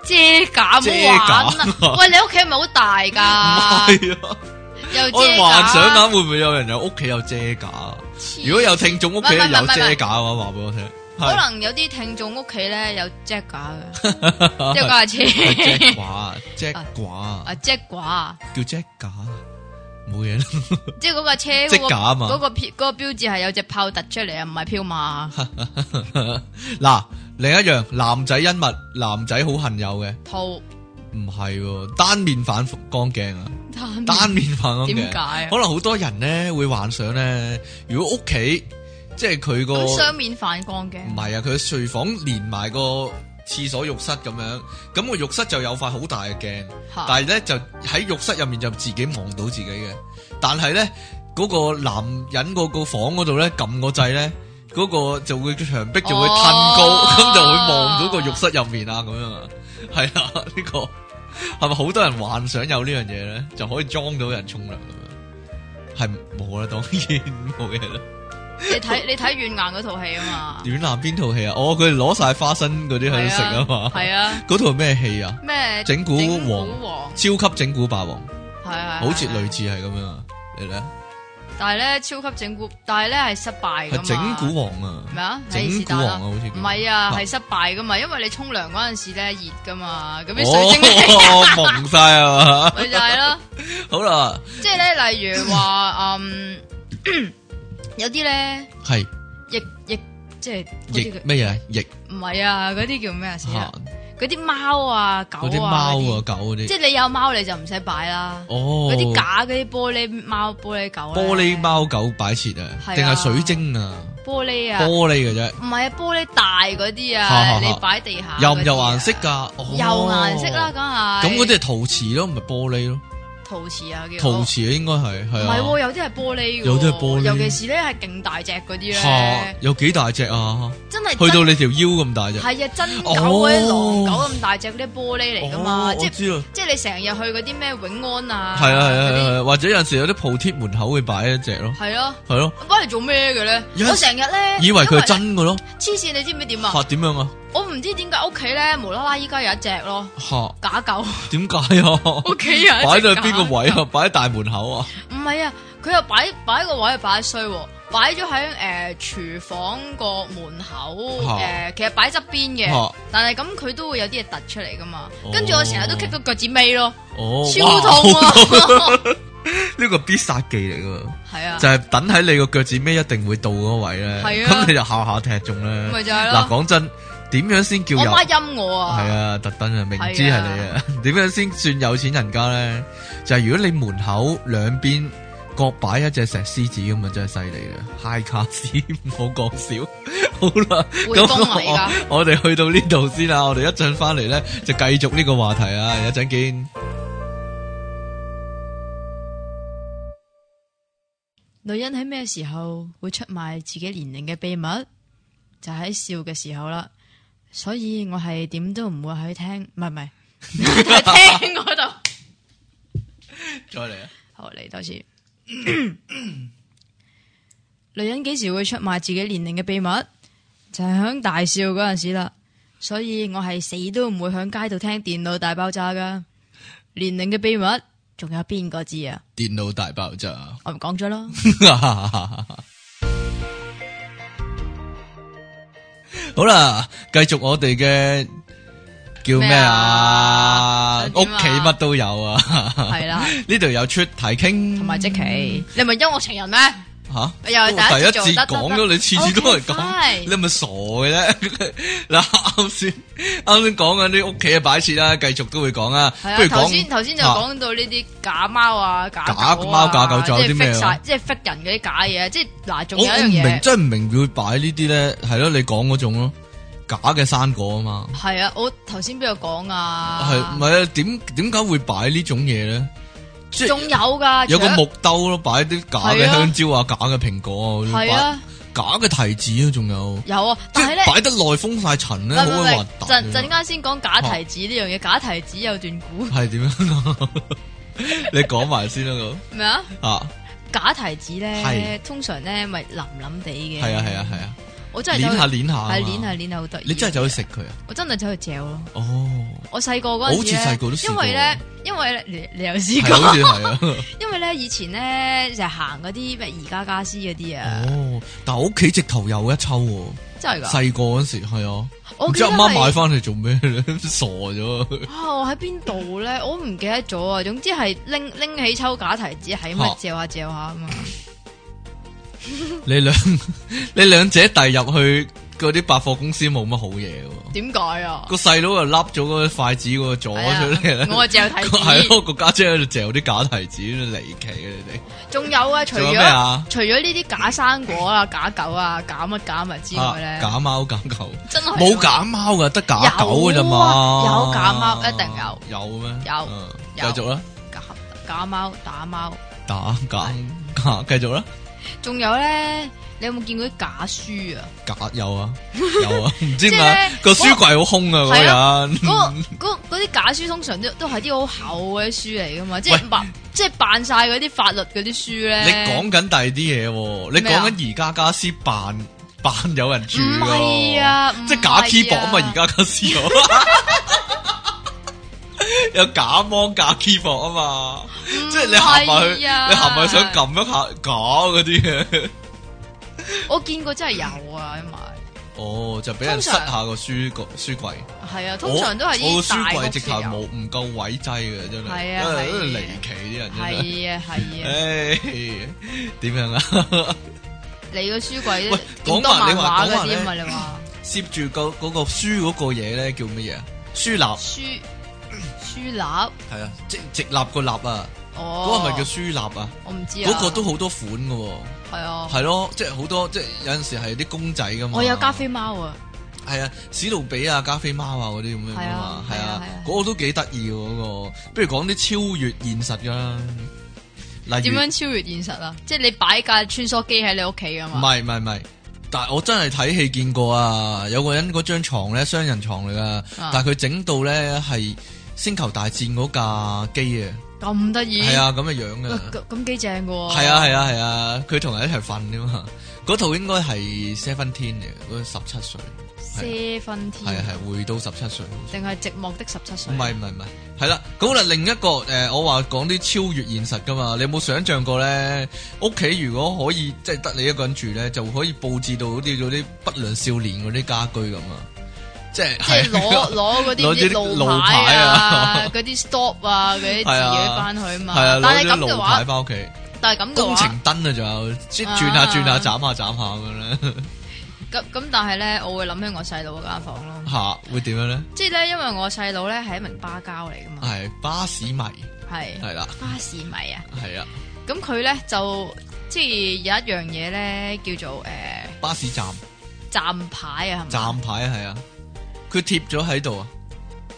遮架遮冇玩架啊！ 喂，你屋企係咪好大唔 噶？係啊，又我遮架幻想緊會唔會有人有屋企有遮架？如果有聽眾屋企唔係唔係有唔係遮架嘅話，話俾我聽。可係能有啲聽眾屋企咧有 遮架嘅，遮架係係遮車寡， 遮寡啊遮架啊，叫遮架，冇嘢啦，即係嗰架車遮嗰個架啊嘛嗰。個標嗰個標誌係有隻炮突出嚟啊，唔係飄馬嗱，另一樣男仔恩物，男仔好恨有嘅，套唔係喎單面反光鏡啊，單單面反光嗯點解鏡。啊可？能好多人咧會幻想咧，如果屋企即係佢個咁雙面反光嘅唔係啊，佢廚房連埋個廁所浴室咁樣，咁個浴室就有塊好大嘅鏡。吓，但系咧就喺浴室入面就自己望到自己嘅，但系咧嗰個男人嗰個房嗰度咧撳個掣咧，嗰、個就會牆壁就會褪高，哦咁、就會望到個浴室入面啊咁樣啊，係啦，呢、個係咪好多人幻想有呢樣嘢咧，就可以裝到人沖涼咁樣？係冇啦，當然冇嘢啊啦。你睇你睇軟硬嗰套戲啊 嘛，暖男邊套戲啊？哦，佢攞晒花生嗰啲喺度食啊嘛，係啊嗰套係咩戲啊？咩整蠱王王超級整蠱霸王，係啊，好似係啊類似係咁樣啊，你咧？但係咧超級整蠱，但係咧係失敗係噶嘛，整蠱王啊，咩啊？整係是蠱但王啦啊，好似叫唔係啊，嗱係失敗噶嘛，因為你沖涼嗰陣時咧熱噶嘛，咁啲水蒸氣哦，蒙晒啊嘛， 咪就係咯。好啦，即係咧，例如話嗯， 有啲咧係亦亦即係嗰翼啲叫咩嘢？翼唔係啊，嗰啲叫咩啊？死吓啦！嗰啲貓啊，狗嗰啲貓啊嗰啲狗嗰即啲，係你有貓你就唔使擺啦。哦，嗰啲假啊嗰啲玻璃貓、玻璃狗啊呢玻璃、貓狗擺設啊，係啊定係水晶啊，玻璃啊，玻璃嘅啫，唔係啊，玻璃大嗰啲嚇嚇啊，嚇你擺地下有嗰啲唔啊有顏色？噶？哦有顏色啦，梗咁係。嗰啲係陶瓷咯，唔係玻璃咯，陶瓷啊，叫陶瓷應該係唔係喎，係啊，有啲係玻璃嘅喎，有啲係玻璃尤其是咧係勁大隻嗰啲嚇咧，有幾大隻啊？真係去到真你條腰咁大隻，係啊，真狗哦嗰啲狼狗咁大隻嗰啲玻璃嚟噶嘛，哦即我係知啊。即係你成日去嗰啲咩永安啊，系啊系啊系嗰啊，或者有阵时有啲鋪貼門口會擺一隻咯，啲，係咯，係咯，咁幫你做咩嘅咧？有我成日咧以為佢係因真嘅咯，為黐線，你知唔知點啊吓？點樣啊？我唔知點解屋企咧無啦啦依家有一隻咯，吓 假狗，點解啊？屋企有擺一隻咗喺邊個 位啊？擺喺大門口啊？唔係啊，佢又擺擺個位又擺得衰喎，擺咗喺誒呃廚房個門口誒、嚇呃其實擺側邊嘅，嚇但係咁佢都會有啲嘢突出嚟噶嘛。哦跟住我成日都棘到腳趾尾咯，哦，超痛哇！啊！ 呢個必殺技嚟噶，係啊就，係等喺你個腳趾尾一定會到嗰位咧，係啊咁你就下下踢中咧。咪就係嗱，咯。講真，點樣先叫我有？媽陰我啊，係啊，特登啊，明知係你啊， 點樣先算有錢人家咧？就係如果你門口兩邊各擺一隻石獅子咁啊，真係犀利啦！嗨卡斯， 唔好講笑。 好啦，回宮嚟㗎咁我我哋去到呢度先啦，我哋一陣翻嚟咧就繼續呢個話題啊，一陣見。女人喺咩時候會出賣自己年齡嘅秘密？就喺笑嘅時候啦。所以我係點都唔會喺聽，唔係唔係 喺聽嗰度。再嚟啊！好嚟多次。 女人幾時會出賣自己年齡嘅秘密？就係響大笑嗰陣時啦。所以我係死都唔會響街度聽電腦大爆炸噶。年齡嘅秘密，仲有邊個知啊？電腦大爆炸。我唔講咗 啦。 好啦，繼續我哋嘅叫咩咩啊啊？屋想點啊企乜都有啊！ 係啦，呢度有出題傾，同埋即期，你係咪音樂情人咩？吓，又係都第一次做哦第一次得得講得哦咗，你次次都係咁，OK，fine 你係咪傻嘅咧？ 嗱，啱先啱先講緊啲屋企嘅擺設啦，繼續都會講啊。係不啊，如頭講先頭先就啊講到呢啲假貓啊、假假狗貓啊假狗仲有啲咩啊即係 fake 晒，即係 fake 人嗰啲假嘢，即係嗱，仲我有我一唔樣嘢明，。真係唔明佢擺呢啲咧，係咯，你講嗰種咯，假嘅生果啊嘛。系啊，我頭先邊度講啊？系唔系啊？點点解會擺呢種嘢咧？即係仲有㗎，有個啊除咗木兜咯，擺啲假嘅係啊香蕉啊，假嘅蘋果啊，係啊，擺假嘅提子啊，仲有，有啊，即但係咧係。擺得耐封晒塵唔咧，係好唔鬼係核唔突係，啊。陣陣間先講假提子呢樣嘢，假提子有段古係點樣？ 你講埋先啦，咩啊？咁啊，假提子咧係，通常咧咪腍腍地嘅。係啊，係啊，係啊，我真係捻下走去捻下啊嘛，係捻下捻下好得意。你真係走去食佢啊？我真係走去嚼咯。哦，我細個嗰陣時我好似咧細個都試過因為咧，因為咧，你你有試係好過？似係 啊。因為咧以前咧就係行嗰啲咩宜家家私嗰啲啊，哦，但我屋企直頭有一抽喎，真係㗎。細個嗰時係啊，我唔知記得阿媽買係翻嚟做咩咧？ 傻咗。啊，我喺邊度咧？我唔記得咗啊。總之係拎拎起抽假提子，係嚇咁嚼下嚼下啊嘛。你兩 你兩姐弟入去嗰啲百貨公司冇乜好嘢喎，點解啊個？細佬又笠咗個筷子嗰個左係啊出嚟咧，我嚼提子。係 咯個家姐喺度嚼啲假提子，離奇啊你仲有啊，除仲有咩啊咗除咗呢啲假生果啊、假狗啊、假乜假物之哋外啊咧，假貓假狗，真係冇假貓噶，得假狗噶咋有嘛？啊有假貓一定有有咩？有嗯繼有續啦，假假貓打貓，打假假繼續啦，仲有咧，你有冇見過啲假 書啊？假有啊有啊，唔知即係點咧解個書櫃好空啊係嗰人。嗰嗰嗰啲假書通常都都係啲好厚嘅書嚟噶嘛，即喂係扮即係扮晒嗰啲法律嗰啲書咧。你講緊第二啲嘢喎，你呃咩啊講緊而家家私扮 扮有人住唔喎係啊即係假唔係 keyboard 啊啊嘛，而家家私有 有假芒假 keyboard 啊嘛，即係你行埋去，嗯唔係啊你行埋去想撳一下假嗰啲 嘢，我見過真係有啊，因為哦就俾人塞通常下個書個書櫃，係啊，通常都係我我個啲書大屋啊櫃直頭先冇有。唔夠位擠嘅真係，真係係啊係啊真係離奇啲人真係，係啊係 啊，唉點樣啊？你個書櫃喂好講多埋漫你話畫講話嗰啲啊嘛，咧你話。攝住個嗰個書嗰個嘢咧叫乜嘢啊？書立書書立，係啊，直直立個立啊，嗰、哦，個係咪叫書立啊？我唔知啊，嗰個都好多款嘅喎，系啊，係咯，即係好多即係有陣時係啲公仔噶嘛。我有加菲貓啊，係啊，史努比啊，加菲貓啊嗰啲咁樣係噶嘛啊，係係啊啊係啊，嗰個都幾得意喎嗰個。不如講啲超越現實噶啦，例點如樣超越現實啊？即係你擺架穿梭機喺你屋企噶唔嘛？係唔係唔係，但係我真係睇戲見過啊！有個人嗰張床咧，雙人床嚟噶，但係佢整到咧係星球大戰嗰架機啊！咁得意，系，啊，咁嘅樣喂嘅，咁咁幾正噶喎，係啊，係啊，係啊，佢同人一齊瞓噶嘛。嗰套應該係 Seventeen 嚟嘅，嗰十七歲，些分係啊天，係回到十七歲，唔定係寂寞的十七歲？係唔係唔係，係啦。咁啦，另一個诶、呃我話講啲超越現實噶嘛，你有冇想象過咧？屋企如果可以即係得你一個人住咧，就可以佈置到好似嗰啲不良少年嗰啲家居咁啊，即係即 係攞 攞攞嗰啲啲路路牌牌啊啊， 嗰啲 stop 啊，嗰啲字係啊嗰啲翻去嘛。係啊，但攞係啲咁嘅路牌話，翻屋企，但係咁嘅工話。程燈啊，仲有即係轉下轉下，啊斬下斬下咁 樣咧，咁咁，但係咧，我會諗起我細佬嗰間房咯。吓會點樣咧？即係咧，因為我細佬咧係一名巴交嚟噶嘛，系巴士迷，系係啦，巴士迷啊。系啊，咁佢咧就即係有一樣嘢咧叫做诶、巴士站站牌啊，係站牌系啊，佢貼咗喺度啊，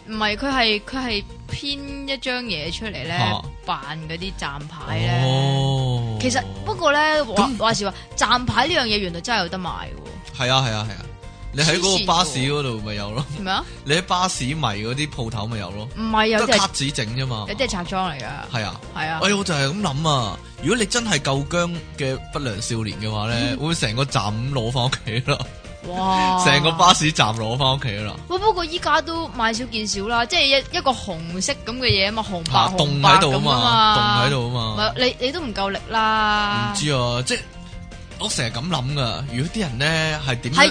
咪？唔係佢係佢係編一張嘢出嚟咧嚇，扮嗰啲站牌咧。哦，啊其實不過咧話咁話時話站牌呢樣嘢原來真係有得賣嘅喎，係啊係啊係啊，你喺嗰個巴士嗰度咪有咯， 係咪啊？你喺巴士迷嗰啲鋪頭咪有咯，唔係有得啲卡係紙整啫嘛，有啲係拆裝嚟㗎，係啊，係啊，哎我就係咁諗啊，如果你真係夠僵嘅不良少年嘅話嗯咧，會唔會成個站咁攞翻屋企咯，哇！成個巴士站攞翻屋企啦，喂，不過依家都買少見少啦，即係一一個紅色咁嘅嘢啊嘛，紅白吓紅凍白喺度咁啊啊嘛，凍喺度啊嘛唔。係你你都唔夠力唔啦，知啊，即係我成日咁諗噶。如果啲人咧係點係樣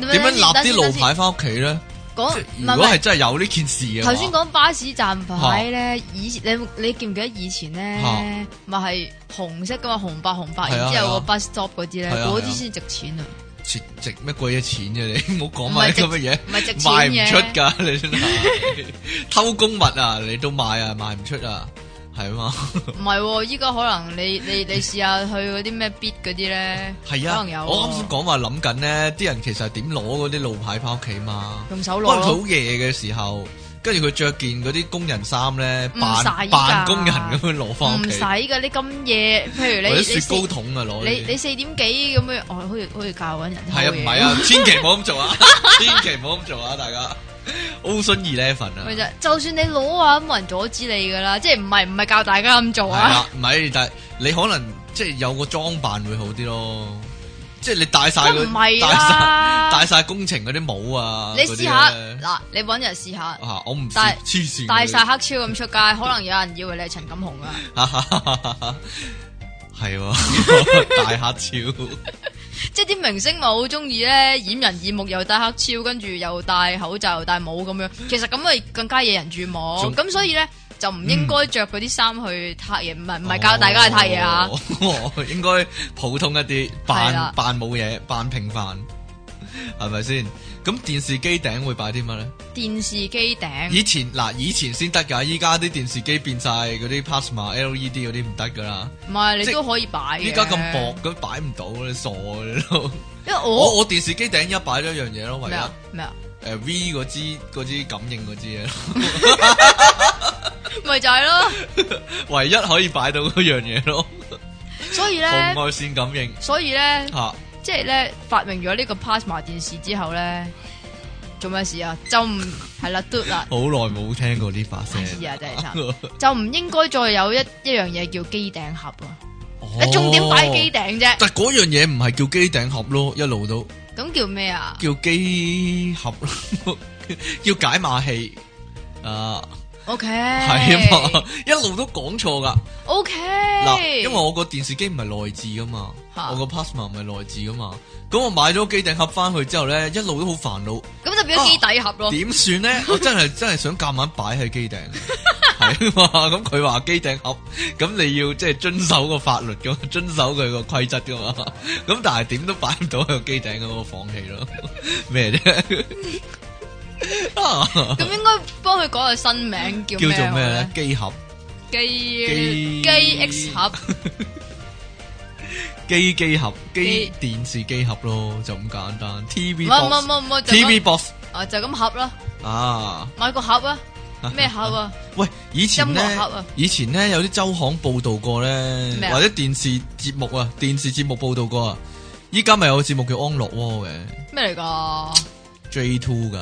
一點樣立啲路？等先等先等牌翻屋企咧？講即係唔如係唔果係係，真係有呢件事嘅話，頭先講巴士站牌咧，以前你你記唔記得以前咧嚇，咪係紅色噶嘛，紅白紅白，係啊然之係後啊個 bus stop 嗰啲咧，係啊嗰係啊啲先值錢啊，值值乜鬼嘢錢啫？你 唔好講埋啲咁嘅嘢，唔係值錢賣唔出 嘅。㗎，你真係偷公物啊！你都賣啊，賣唔出啊，係係啊 嘛，唔係喎，依家可能你你你試下去嗰啲咩 bit 嗰啲咧，係可啊能有。我啱先講話諗緊咧，啲人其實係點攞嗰啲路牌翻屋企嘛？用手不攞過佢咯，好夜嘅時候，跟住佢着件嗰啲工人衫咧，唔扮使㗎扮工人咁樣攞翻屋唔企使，噶。你咁夜，譬如或你者你雪四糕筒啊攞你你嚟。四點幾咁樣，我好似好似教緊人偷係啊，嘢唔係，啊，千祈唔好咁做啊， 千祈唔好咁做啊，大家。Ocean Eleven 啊咪，就就算你攞啊，都冇人阻止你噶啦，即係唔係唔係教大家咁做係啊？啦，唔係，但係你可能即係有個裝扮會好啲咯，即係你啊戴晒都個唔係戴晒啦，戴晒工程嗰啲帽啊，你嗰啲試下咧嗱，你揾人試下啊！我唔知戴黐線嘅，啊戴晒黑超咁出街，可能有人以為你係陳錦鴻啊， 係喎， 大黑超即係啲明星咪好中意咧掩人耳目，又戴黑超，跟住又戴口罩又戴帽咁樣，其實咁咪更加惹人注目，仲咁所以咧就唔應該着嗰啲衫去撻嘢，唔係唔係教大家去撻嘢啊，哦，哦應該普通一啲，係啦扮扮冇嘢，扮平凡，係咪先？咁電視機頂會擺啲乜咧？電視機頂以前嗱，以前先得㗎，依家啲電視機變晒嗰啲 plasma LED 嗰啲唔得㗎啦。唔係啊即你係都可以擺嘅，依家咁薄，哦咁擺唔到，你傻嘅你都。因為我我我電視機頂一擺咗一樣嘢咯，唯咩啊一咩啊，誒 V 嗰支嗰支感應嗰支嘢咯，咪就係 咯，唯一可以擺到嗰樣嘢咯，所以紅咧。外線感應所以咧，嚇。即系咧發明咗呢個 plasma 電視之後咧，做咩事啊？就唔係啦，嘟 啦，好耐冇聽過呢把聲。 係啊真係慘就唔應該再有一一樣嘢叫機頂盒啊！哦你重點擺機頂啫，但嗰樣嘢唔係叫機頂盒咯，一路都咁叫咩啊？叫機盒咯， 叫解碼器啊， O K，係啊嘛，一路都講錯噶。 ，O K，嗱，因為我個電視機唔係內置噶嘛，嚇我個 plasma 唔係內置噶嘛，咁我買咗機頂盒翻去之後咧，一路都好煩惱，咁就變咗機底盒咯。點算 咧？我真係真係想夾硬擺喺機頂，係啊嘛。咁佢話機頂盒，咁你要即係遵守個法律噶嘛，遵守佢個規則噶嘛。咁但係點都擺唔到喺個機頂咁，我放棄咯。 咩 啫？啊咁應該幫佢改個新名叫叫做好咩咧？？機盒、機機機 X 盒，機機盒、機機電視機盒咯，就咁簡單。唔 TV 係唔係唔 box、係唔係就 TV 咁 box 啊就咁盒啦，啊！買個盒啊，咩盒啊？ 喂，以前咧音樂盒啊，以前咧有啲周刊報道過咧咩，啊或者電視節目啊，電視節目報道過啊。依家咪有個節目叫《安樂窩》嘅咩嚟㗎？ J Two 噶，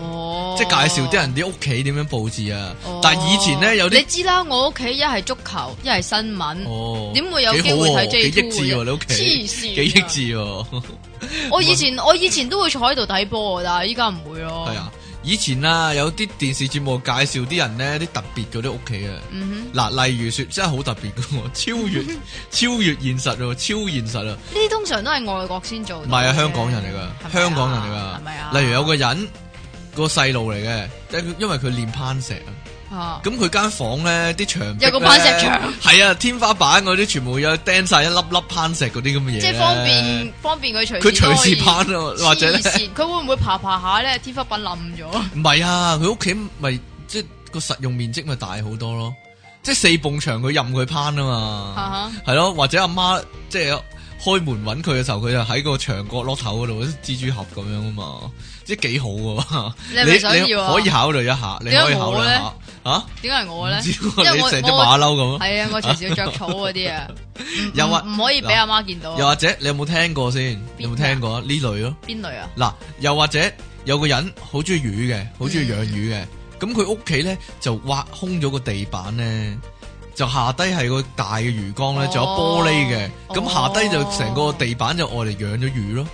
哦，即係介紹啲人啲屋企點樣佈置啊哦。。但係以前咧有你啲知啦，我屋企一係足球，一係新聞，哦，點會有幾機好會喎睇 J 幾 Two 益智喎，你屋企黐線，啊幾益。智喎。 我以前我以前都會坐喺度睇波㗎，但係依家唔會咯。係，啊，以前啊有啲電視節目介紹啲人咧啲特別嗰啲屋企啊。嗯嗱，例如說真係好特別嘅喎， 超 越超越現實喎，超現實啊！哼，呢啲通常都係外國先做。唔係啊，香港人嚟噶，香港人嚟係咪啊？噶。例如有個人個細路嚟嘅，即係佢因為佢練攀石啊，啊咁佢間房咧啲牆有個壁攀石呢牆，係啊，天花板嗰啲全部有釘晒一粒粒攀石嗰啲咁嘅嘢，即係方便。方便佢隨佢隨時時都可以攀啊，或者呢黐線佢會唔會爬爬下咧？天花板冧 咗，唔係啊，佢屋企咪即係個實用面積咪大好多咯，即係四埲牆佢任佢攀啊嘛。啊哈係咯，或者阿媽即係開門揾佢嘅時候，佢就喺個牆角落頭嗰度蜘蛛俠咁樣啊嘛，即係幾好噶。你係咪想要啊可以考慮一下，你可以考慮一下啊。點解係我咧？唔知喎因為你我成隻我馬騮咁啊。係啊，我隨時要着草嗰 啲啊，唔又或唔唔可以俾阿媽見到啊。又或者你有冇聽過先？有冇聽過啊呢類咯？邊類啊？嗱，又或者有個人好中意魚嘅，好中意養魚嘅，咁佢屋企咧就挖空咗個地板咧，就下低係個大嘅魚缸咧，哦仲有玻璃嘅，咁哦下低就成個地板就愛嚟養咗魚咯。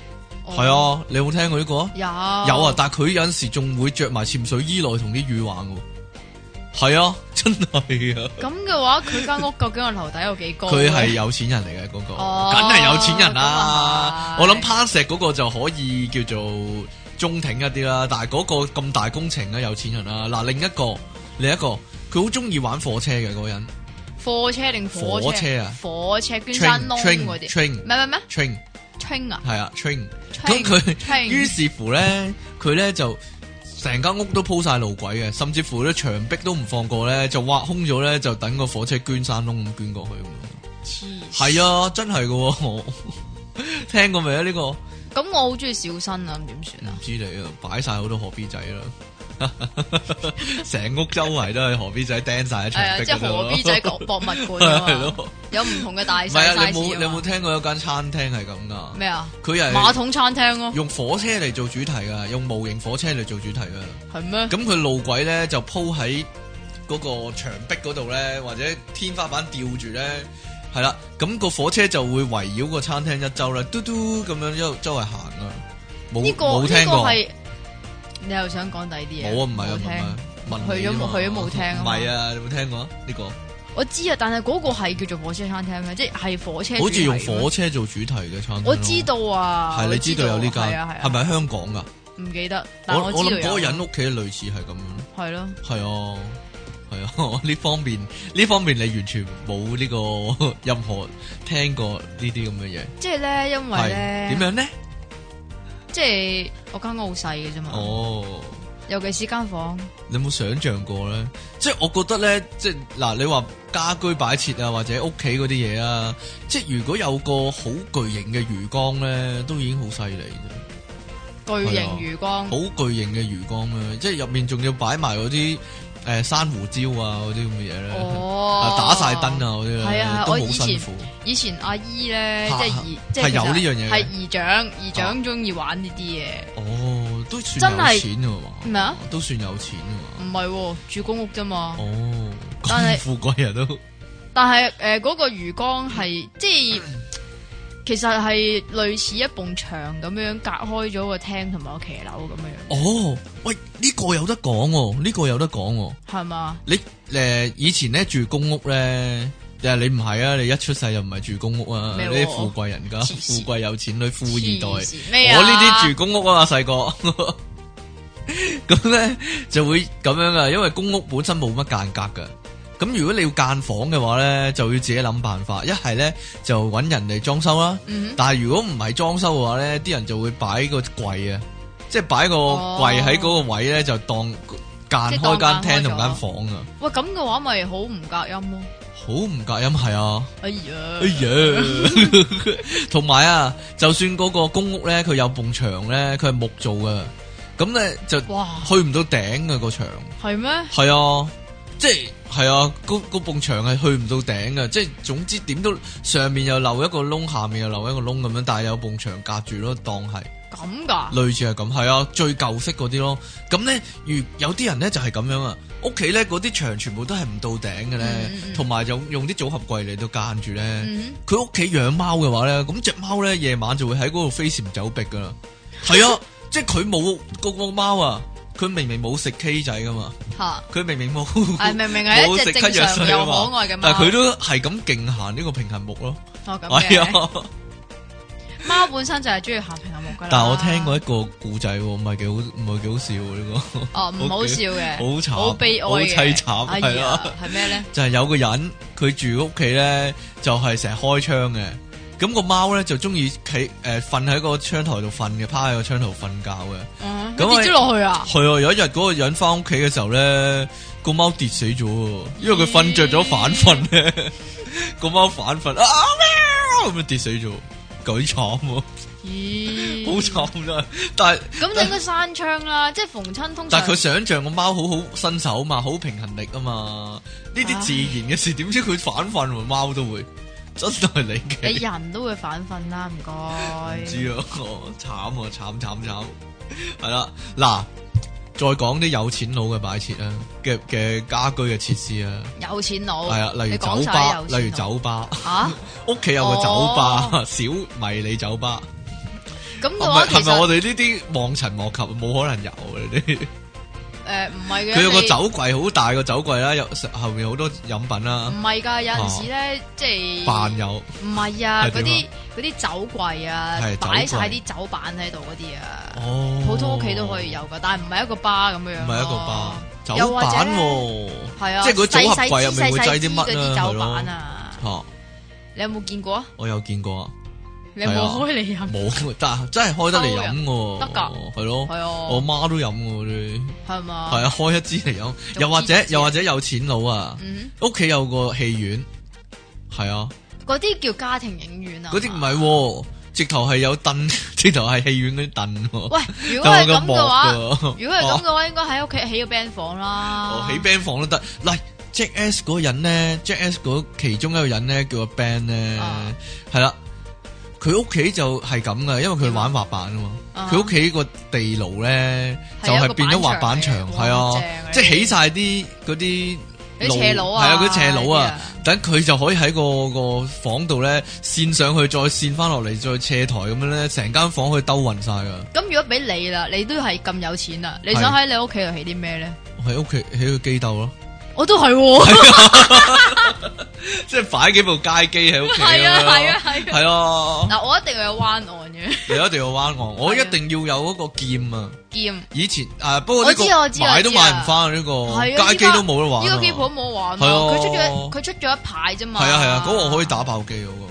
係哦，啊，你有冇聽過呢個啊？有有啊，，但係佢有陣時仲會着埋潛水衣內同啲魚玩嘅喎。係啊，真係啊！咁嘅話，佢間屋究竟個樓底有幾高？啊佢係有錢人嚟嘅嗰個，哦梗係有錢人咁啦啊。係我諗攀石嗰個就可以叫做中挺一啲啦，但係嗰個咁大工程咧，有錢人啦。嗱，另一個，另一個，佢好中意玩火車嘅嗰個人貨車定火火車啊火車捐山窿嗰啲， ，train，train，train，咩咩咩 train， train 啊係啊，train。 train，咁佢 train 於是乎咧，佢咧就成間屋都鋪晒路軌嘅，甚至乎咧牆壁都唔放過咧，就挖空咗咧，就等個火車捐山窿咁捐過去咁樣。黐線係啊，真係嘅喎，我聽過未啊？呢、個唔咁我好中意小新啊，咁點算啊？知你啊，擺晒好多河 B 仔啦， 成屋周圍都係河 B 仔釘晒喺係啊， 牆即壁嗰係河度 B 仔博博物館 係啊嘛咯，有唔同嘅大唔細係啊，你 size 冇啊你有冇嘛聽過有間餐廳係咁噶？咩啊？佢係馬桶餐廳咯，用火車嚟做主題噶，用模型火車嚟做主題噶。係咩？咁佢路軌咧就鋪喺嗰個牆壁嗰度咧，或者天花板吊住咧，係啦。咁、個火車就會圍繞個餐廳一周啦，嘟嘟咁樣一路周圍行啊。冇呢個冇呢聽個過？係你又想講第二啲嘢？冇啊，唔係啊，唔聽係啊。問去你咗啊嘛去咗冇聽啊唔嘛係啊，你有冇聽過啊呢個？我知啊，但係嗰個係叫做火車餐廳咩？即係火車。好似用火。車做主題嘅餐廳咯。我知道啊，係我你知道有呢間，係啊係係啊，咪香港噶？唔記得，但我我我知道諗嗰有個人屋企類似係咁樣。係咯，系啊，系啊， 我呢方面呢方面你完全冇呢、個 任何聽過呢啲咁嘅嘢，即係咧，因為係咧點樣咧？即係我間屋好細嘅啫嘛，哦，尤其是間房，你有冇想象過咧？即係我覺得咧，即係嗱，你話家居擺設啊，或者屋企嗰啲嘢啊，即係如果有個好巨型嘅魚缸咧，都已經好犀利啫。巨型魚缸好，巨型嘅魚缸咧，即係入面仲要擺埋嗰啲誒珊瑚礁啊嗰啲咁嘅嘢咧，哦啊，打晒燈啊嗰啲係啊咧，係都好我以前辛苦。以前阿姨咧，嚇即係姨，即係係有其實呢樣嘢嘅係姨丈，姨丈中意玩呢啲嘢，哦，都算真有係錢啊嘛，咩啊？都算有錢啊嘛。唔係喎，住公屋啫嘛。哦，但係咁富貴啊都但係诶嗰個魚缸係 即係其實係類似一埲牆咁樣隔開咗個廳同埋個騎樓咁樣，哦，喂，呢個有得講喎，呢個有得講喎。係嘛？你誒以前咧住公屋咧，誒你唔係啊，你一出世就唔係住公屋啊，咩你喎啲富貴人家，黐富線貴有錢女，富二代黐。線咩啊？我呢啲住公屋啊，細個。 咁咧就會咁樣噶，因為公屋本身冇乜間隔噶。咁如果你要間房嘅話咧，就要自己諗辦法。一係咧就揾人嚟裝修啦。嗯但係如果唔係裝修嘅話咧，啲人就會擺個櫃啊，即係擺個哦櫃喺嗰個位咧，就當間即係開當間廳間開咗同間房啊，哼，喂咁嘅話咪好唔隔音咯？好唔隔音係啊。哎呀哎，呀， 同埋啊，就算嗰個公屋咧，佢有埲牆咧，佢係木做嘅，咁咧就哇，去唔到頂嘅個牆，係咩？係啊，即係係啊，嗰嗰埲牆係去唔到頂嘅，即係總之點都上面又漏一個窿，下面又漏一個窿咁樣，但係有埲牆隔住咯，當係咁噶？類似係咁，係啊，最舊式嗰啲咯。咁咧，如有啲人咧就係咁樣啊，屋企咧嗰啲牆全部都係唔到頂嘅咧嗯嗯，嗯同埋用用啲組合櫃嚟到間住咧。嗯佢屋企養貓嘅話咧，咁只貓咧夜晚就會喺嗰度飛檐走壁噶啦。係啊， 即係佢冇嗰個貓啊，佢明明冇食 K 仔噶嘛，哼吓，佢明明冇，係明明係冇一食隻咳正藥常水啊又嘛可愛嘅貓，但係佢都係咁勁行呢個平衡木咯。哦咁係嘅 啊，貓本身就係中意行平衡木噶啦。但係我聽過一個故仔喎，唔係幾好，唔係幾好笑喎呢 個，哦唔好笑嘅，好慘好悲哀好嘅，凄慘哎係呀啊，係咩咧？就係有個人佢住屋企咧，就係成日開窗嘅。咁個貓咧就中意企誒瞓喺個窗台度瞓嘅，趴喺個窗頭瞓覺嘅。嗯咁佢我跌咗落 去啊！係啊，有一日嗰個人翻屋企嘅時候咧，個貓跌死咗喎，因為佢瞓着咗反瞓咧， 個貓反瞓啊喵咁樣跌死咗，幾慘喎，咦，好慘真係。但係咁你應該閂窗啦，即係逢親通但係佢常想象個貓好好身手嘛，好平衡力啊嘛，呢啲自然嘅事，點知佢反瞓喎，貓都會，真係你你嘅。人都會反瞓啦，唔唔該。知啊，慘啊，慘慘慘，係啦，嗱，再講啲有錢佬嘅擺設啦，嘅嘅家居嘅設施啊。有錢佬系啊，例如你講酒晒吧，有錢佬例如酒吧，啊，屋企有個酒吧，哦小迷你酒吧，咁嘅係咪話其係咪我實哋呢啲望塵莫及？啊冇可能有嘅呢啲。 誒唔係嘅，佢有個你酒櫃，好大個酒櫃啦，有後面好多飲品啦唔，係㗎，有陣時咧即係扮有唔係啊，係嗰點啲嗰啲酒櫃啊係，擺酒櫃晒啲酒板喺度嗰啲啊，哦，普通屋企都可以有，㗎，但係唔係一個吧咁樣唔樣咯。係一個吧，酒又或者板呢喎，係啊，即係嗰組合櫃入面會細細擠支啲乜嗰啦啲係酒咯板啊，嚇，你有冇見過啊？我有見過啊，你有冇開嚟飲？ 冇，但真係開得嚟飲嘅，得㗎，係咯係，啊我媽都飲嘅啲，係嘛？係啊，開一支嚟飲，又或支者一支又或者有錢佬啊，嗯，屋企有個戲院，係啊，嗰啲叫家庭影院啊。嗰啲唔係喎，直頭係有凳， 直頭係戲院嗰啲凳喎，喂，如果但係係有咁個幕嘅話，㗎如果係咁嘅話，應該喺屋企起個 band 房啦。哦，起 band 房都得。嗱，Jack S 嗰個人咧，Jack S 嗰其中一個人咧叫阿 Ben 咧啊，係啦、佢屋企就係咁嘅，因為佢玩滑板啊嘛。啊佢屋企個地牢咧係就一個係變咗滑板場，板場嚟嘅係哇啊正啊，即係起晒啲嗰啲嗰啲斜佬啊係啊，嗰啲斜佬嗰啲啊啊，等佢就可以喺個個房度咧扇上去，再扇翻落嚟，再斜台咁樣咧，成間房可以兜勻晒噶。咁如果俾你啦，你都係咁有錢啦，你想喺你屋企度起啲咩咧？喺屋企喺個機竇咯。我都係啊喎，即係擺幾部街機喺屋企係啊係啊係啊係啊，嗱，我一定要有灣岸嘅你一定要灣岸，我係一啊定要有嗰個劍啊！劍，以前啊，不過呢個我知我知買都我知啊買唔翻呢係個啊，街機都冇得玩啊。呢個機鋪冇玩啊，係啊佢出咗佢出咗一排啫嘛。係啊係啊，嗰個可以打爆機嗰個，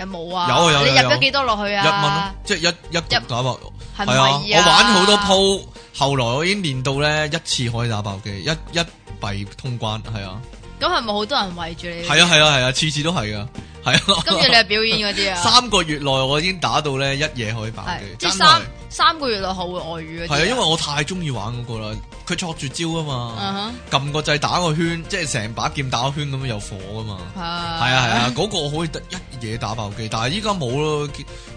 有冇啊？有啊有啊你入有啊咗幾多落去啊？一蚊咯，即係一一局打爆。係係啊，咪我玩好多。鋪，後來我已經練到咧一次可以打爆機，一一幣通關，係啊，咁係咪好多人圍住你？係啊係啊係啊，次次都係噶，係啊。跟住你係表演嗰啲啊？ 三個月內我已經打到咧一夜可以爆機係，即真係係三。三個月內學會外語嗰啲係啊，因為我太中意玩嗰個啦，佢戳住招啊嘛，嗯撳個掣打個圈，即係成把劍打個圈咁樣有火噶嘛。哼，係啊係啊係啊，嗰個我可以得一嘢打爆機，但係依家冇咯，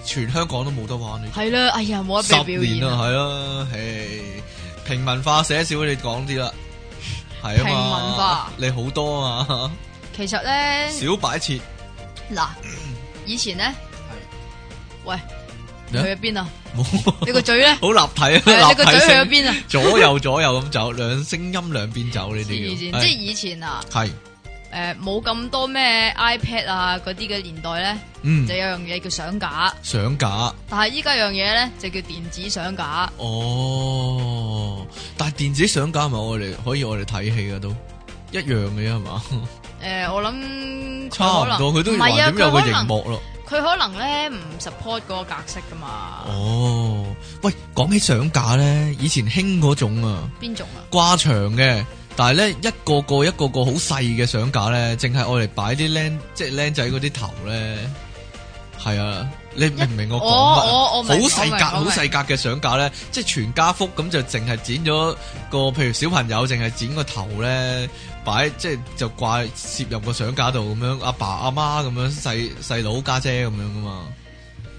全香港都冇得玩呢。係啦，哎呀，冇十得俾表年演啦，啊！係啦，唉，平民化寫少你講啲啦，係啊嘛，平民化你好多啊嘛，其實咧，小擺設嗱，以前咧，喂，去咩啊咗邊啊？ 冇，，你個嘴咧好立體啊，係啊立你個嘴體去咗聲，邊啊？左右左右咁走，兩聲音兩邊走呢以啲前叫，即係係以前啊，係誒呃冇咁多咩 iPad 啊嗰啲嘅年代咧，嗯就有樣嘢叫相架，上架。但係依家樣嘢咧就叫電子相架，哦，但系電子相架係咪我哋可以我哋睇戲嘅都一樣嘅係 嘛，誒呃我諗差佢唔可能多佢都唔要係啊，橫點有個佢可熒能幕咯。佢可能咧唔 support 嗰個格式噶嘛，啊哦，喂，講起相架咧，以前興嗰種啊，邊種啊？掛牆嘅，但係咧一個個一個個好細嘅相架咧，淨係我嚟擺啲僆即係僆仔嗰啲頭咧，係啊。你明唔明我講乜啊？我我我好明細格、好我明細格嘅相架咧，即係全家福咁就淨係剪咗個，譬如小朋友淨係剪個頭咧，擺即係就掛攝入個相架度咁樣，阿爸阿媽咁樣，細細佬家姐咁樣噶嘛，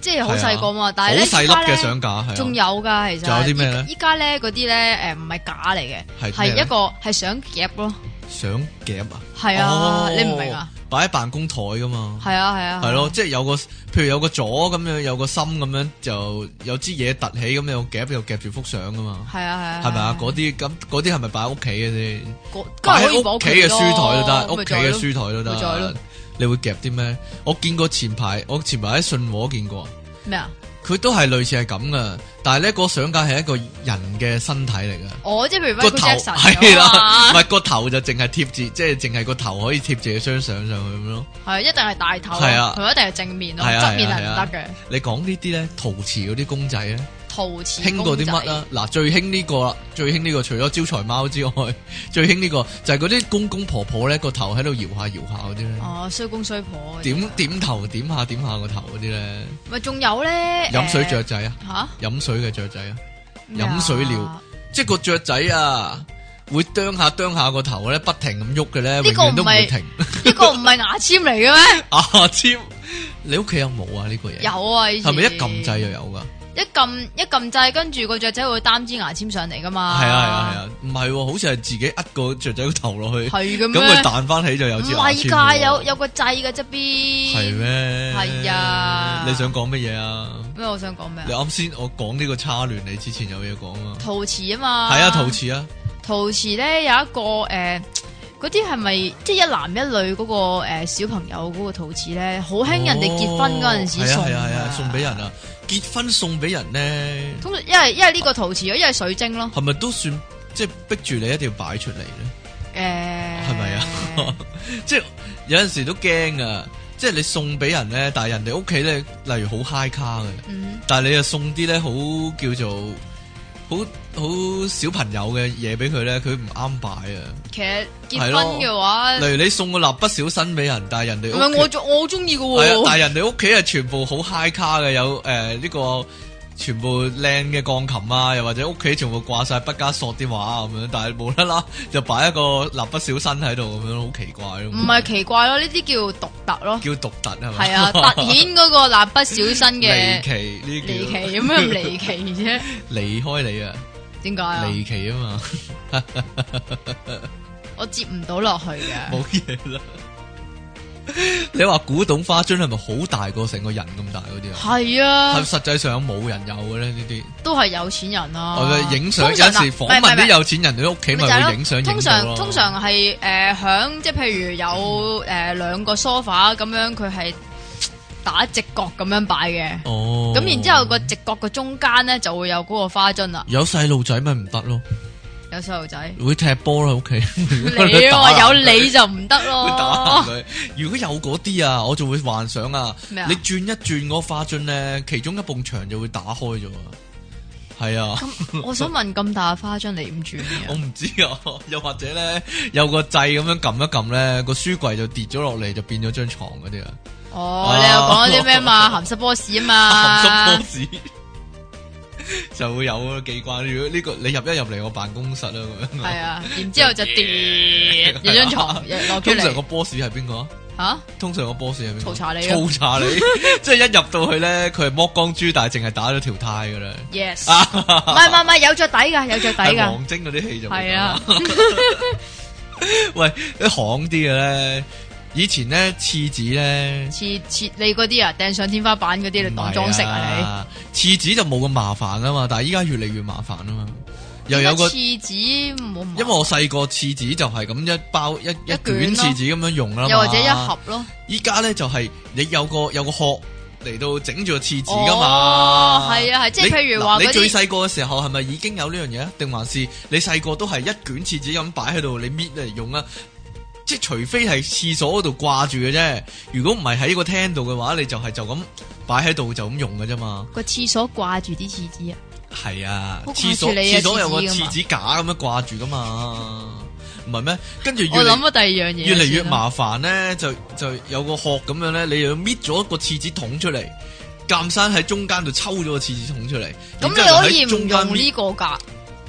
即係好細個嘛，但啊係好咧細粒嘅相架係啊仲有噶，其實仲有啲咩咧依依家咧嗰啲咧誒唔係假嚟嘅，係係咩咧一個係相夾咯，相夾啊，係啊哦，你唔明啊？？擺喺辦公台噶嘛。係啊係啊，係咯，即係有個，譬如有個左咁樣，有個心咁樣，就有支嘢凸起咁，有夾又夾住幅相噶嘛，係啊，係啊係啊，係咪啊？嗰啲咁，嗰啲係咪擺喺屋企嘅先？嗰擺啊嗰個可以喺擺屋企嘅書台都得，咯屋企嘅書台都咪就係咯得。你會夾啲咩？我見過前排，我前排喺信和見過，咩啊？佢都係類似係咁噶，但係咧個相架係一個人嘅身體嚟噶。我即係譬如個 Michael 頭 Jackson 係咁啦，啊唔係個頭就淨係貼住，即係淨係個頭可以貼住張相上去咁咯。係一定係大頭，係啊佢一定係正面咯，係啊側面係係唔啊得嘅，你講呢啲咧，陶瓷嗰啲公仔咧，陶瓷興過啲乜嗯公仔啦？嗱，最興呢個啦，最興呢個除咗招財貓之外， 最興呢個就係嗰啲公公婆婆咧個頭喺度搖下搖下嗰啲咧。哦，衰公衰婆嗰啲點點頭點下點下個頭嗰啲咧，咪仲有咧飲水雀誒仔啊，吓飲水嘅雀仔啊，咩啊飲水鳥即係個雀仔啊，會啄下啄下個頭咧，不停咁喐嘅咧，永呢個遠都唔會唔係停。 呢個唔係牙籤嚟嘅咩？牙籤，你屋企有冇啊？呢個嘢有啊，以前係咪一撳掣就有噶？一撳一撳掣，跟住個雀仔會擔支牙籤上嚟噶嘛？係啊係啊係啊，唔係喎，好似係自己呃個雀仔個頭落去，係嘅咁咩？佢彈翻起就有唔支牙籤係喎。㗎，有有個掣嘅側邊。係咩？係啊你想講乜嘢啊？咩？我想講咩你啊？啱先我講呢個叉亂，你之前有嘢講啊？陶瓷啊嘛。係啊，陶。瓷啊。陶瓷咧有一個誒，嗰啲係咪即係一男一女嗰個誒小朋友嗰個陶瓷咧？好興人哋結婚嗰陣時係送啊係啊係啊，送俾人。啊！結婚送俾人咧，通常因為因為呢個陶瓷，因為水晶咯。係咪都算即係逼住你一定要擺出嚟咧？誒 係係咪啊？即係有陣時都驚啊！即係你送俾人咧，但係人哋屋企咧，例如好 high 卡嘅，嗯，但係你又送啲咧好叫做好好小朋友嘅嘢俾佢咧，佢唔啱擺啊。 其實結係婚咯嘅話，例如你送個蠟筆小新俾人，但係人哋唔屋係企我仲我好中意嘅係啊，但係喎，人哋屋企係全部好 high 卡嘅，有誒呢個全部靚嘅鋼琴啊，又或者屋企全部掛晒畢加索啲畫啊咁樣，但係無啦啦就擺一個蠟筆小新喺度咁樣，好奇怪咯。唔係奇怪咯，呢啲叫獨特 咯，叫獨特係咪？係啊，突顯嗰個蠟筆小新 離嘅奇呢離叫奇，有咩咁離奇啫？ 離開你啊，點解啊？離奇啊嘛， 我接唔到落去嘅，冇嘢啦。你話古董花樽係咪好大個成個人咁大嗰啲啊？係係啊，實際上有冇人有嘅咧呢啲？都係有錢人我啊咪。影相，有通時常啊訪問唔係唔係唔啲係有錢人哋屋企咪會影相通影到常咯通常係誒響即係譬如有誒兩個 sofa 咁樣，佢係打直角咁樣擺嘅。哦，咁然之後個直角嘅中間咧就會有嗰個花樽啦，有細路仔咪唔得咯，有細路 仔。會踢波啦屋企。 你打啊，人有你就唔得 會打咯。佢。如果有嗰啲啊，我就會幻想啊，咩啊你轉一轉嗰個花樽咧，其中一埲牆就會打開咗啊。係啊，咁我想問咁大嘅花樽你唔轉我 嘅？唔知啊。又或者咧，有個掣咁樣撳一撳咧，個書櫃就跌咗落嚟，就變咗張床嗰啲啊。哦，你又講咗啲咩嘛？鹹濕波士啊哦鹹濕嘛波，士 就會有啊，幾關。如果呢、個你入一入嚟我辦公室啦咁樣。係啊。然之後就跌有 張床落出啊通常個嚟 boss 係邊個啊？嚇。通常個 boss 係邊個？曹查理啊曹查理， 即係一入到去咧，佢係剝光豬，但係淨係打咗條呔噶啦。 Yes，唔係唔係唔係有着底噶，有着底係噶，王晶嗰啲戲就係啊， 喂，啲行啲嘅咧，以前咧廁紙咧，切切你嗰啲啊，掟上天花板嗰啲嚟當裝飾啊你廁紙就冇咁麻煩啊嘛，但係依家越嚟越麻煩啊嘛，你，又有個而。家啊廁紙冇麻，因為我細個廁紙就係咁一包一一一卷卷廁咯紙咁樣用啦嘛，又或者一盒咯，依家咧就係、你有個有個殼嚟到整住個廁紙噶嘛，哦，係啊係，即係你譬如話嗱你嗰最啲細個嘅時候係咪已經有呢樣嘢啊？定還是你細個都係一卷廁紙咁擺喺度，你搣嚟用啊？即係除非係廁所嗰度掛住嘅啫，如果唔係喺個廳度嘅話，你就係就咁擺喺度就咁用嘅啫嘛。個廁所掛住啲廁紙啊，係啊，好掛廁所住你啊廁所有個廁紙㗎廁嘛紙架咁樣掛住噶嘛，唔係咩？跟住越我嚟諗咗第二樣嘢，越嚟越，麻煩咧，就就有個殼咁樣咧，你又要搣咗個廁紙筒出嚟，鑑山喺中間度抽咗個廁紙筒出嚟，咁然之你後可以喺中唔間用搣呢個噶，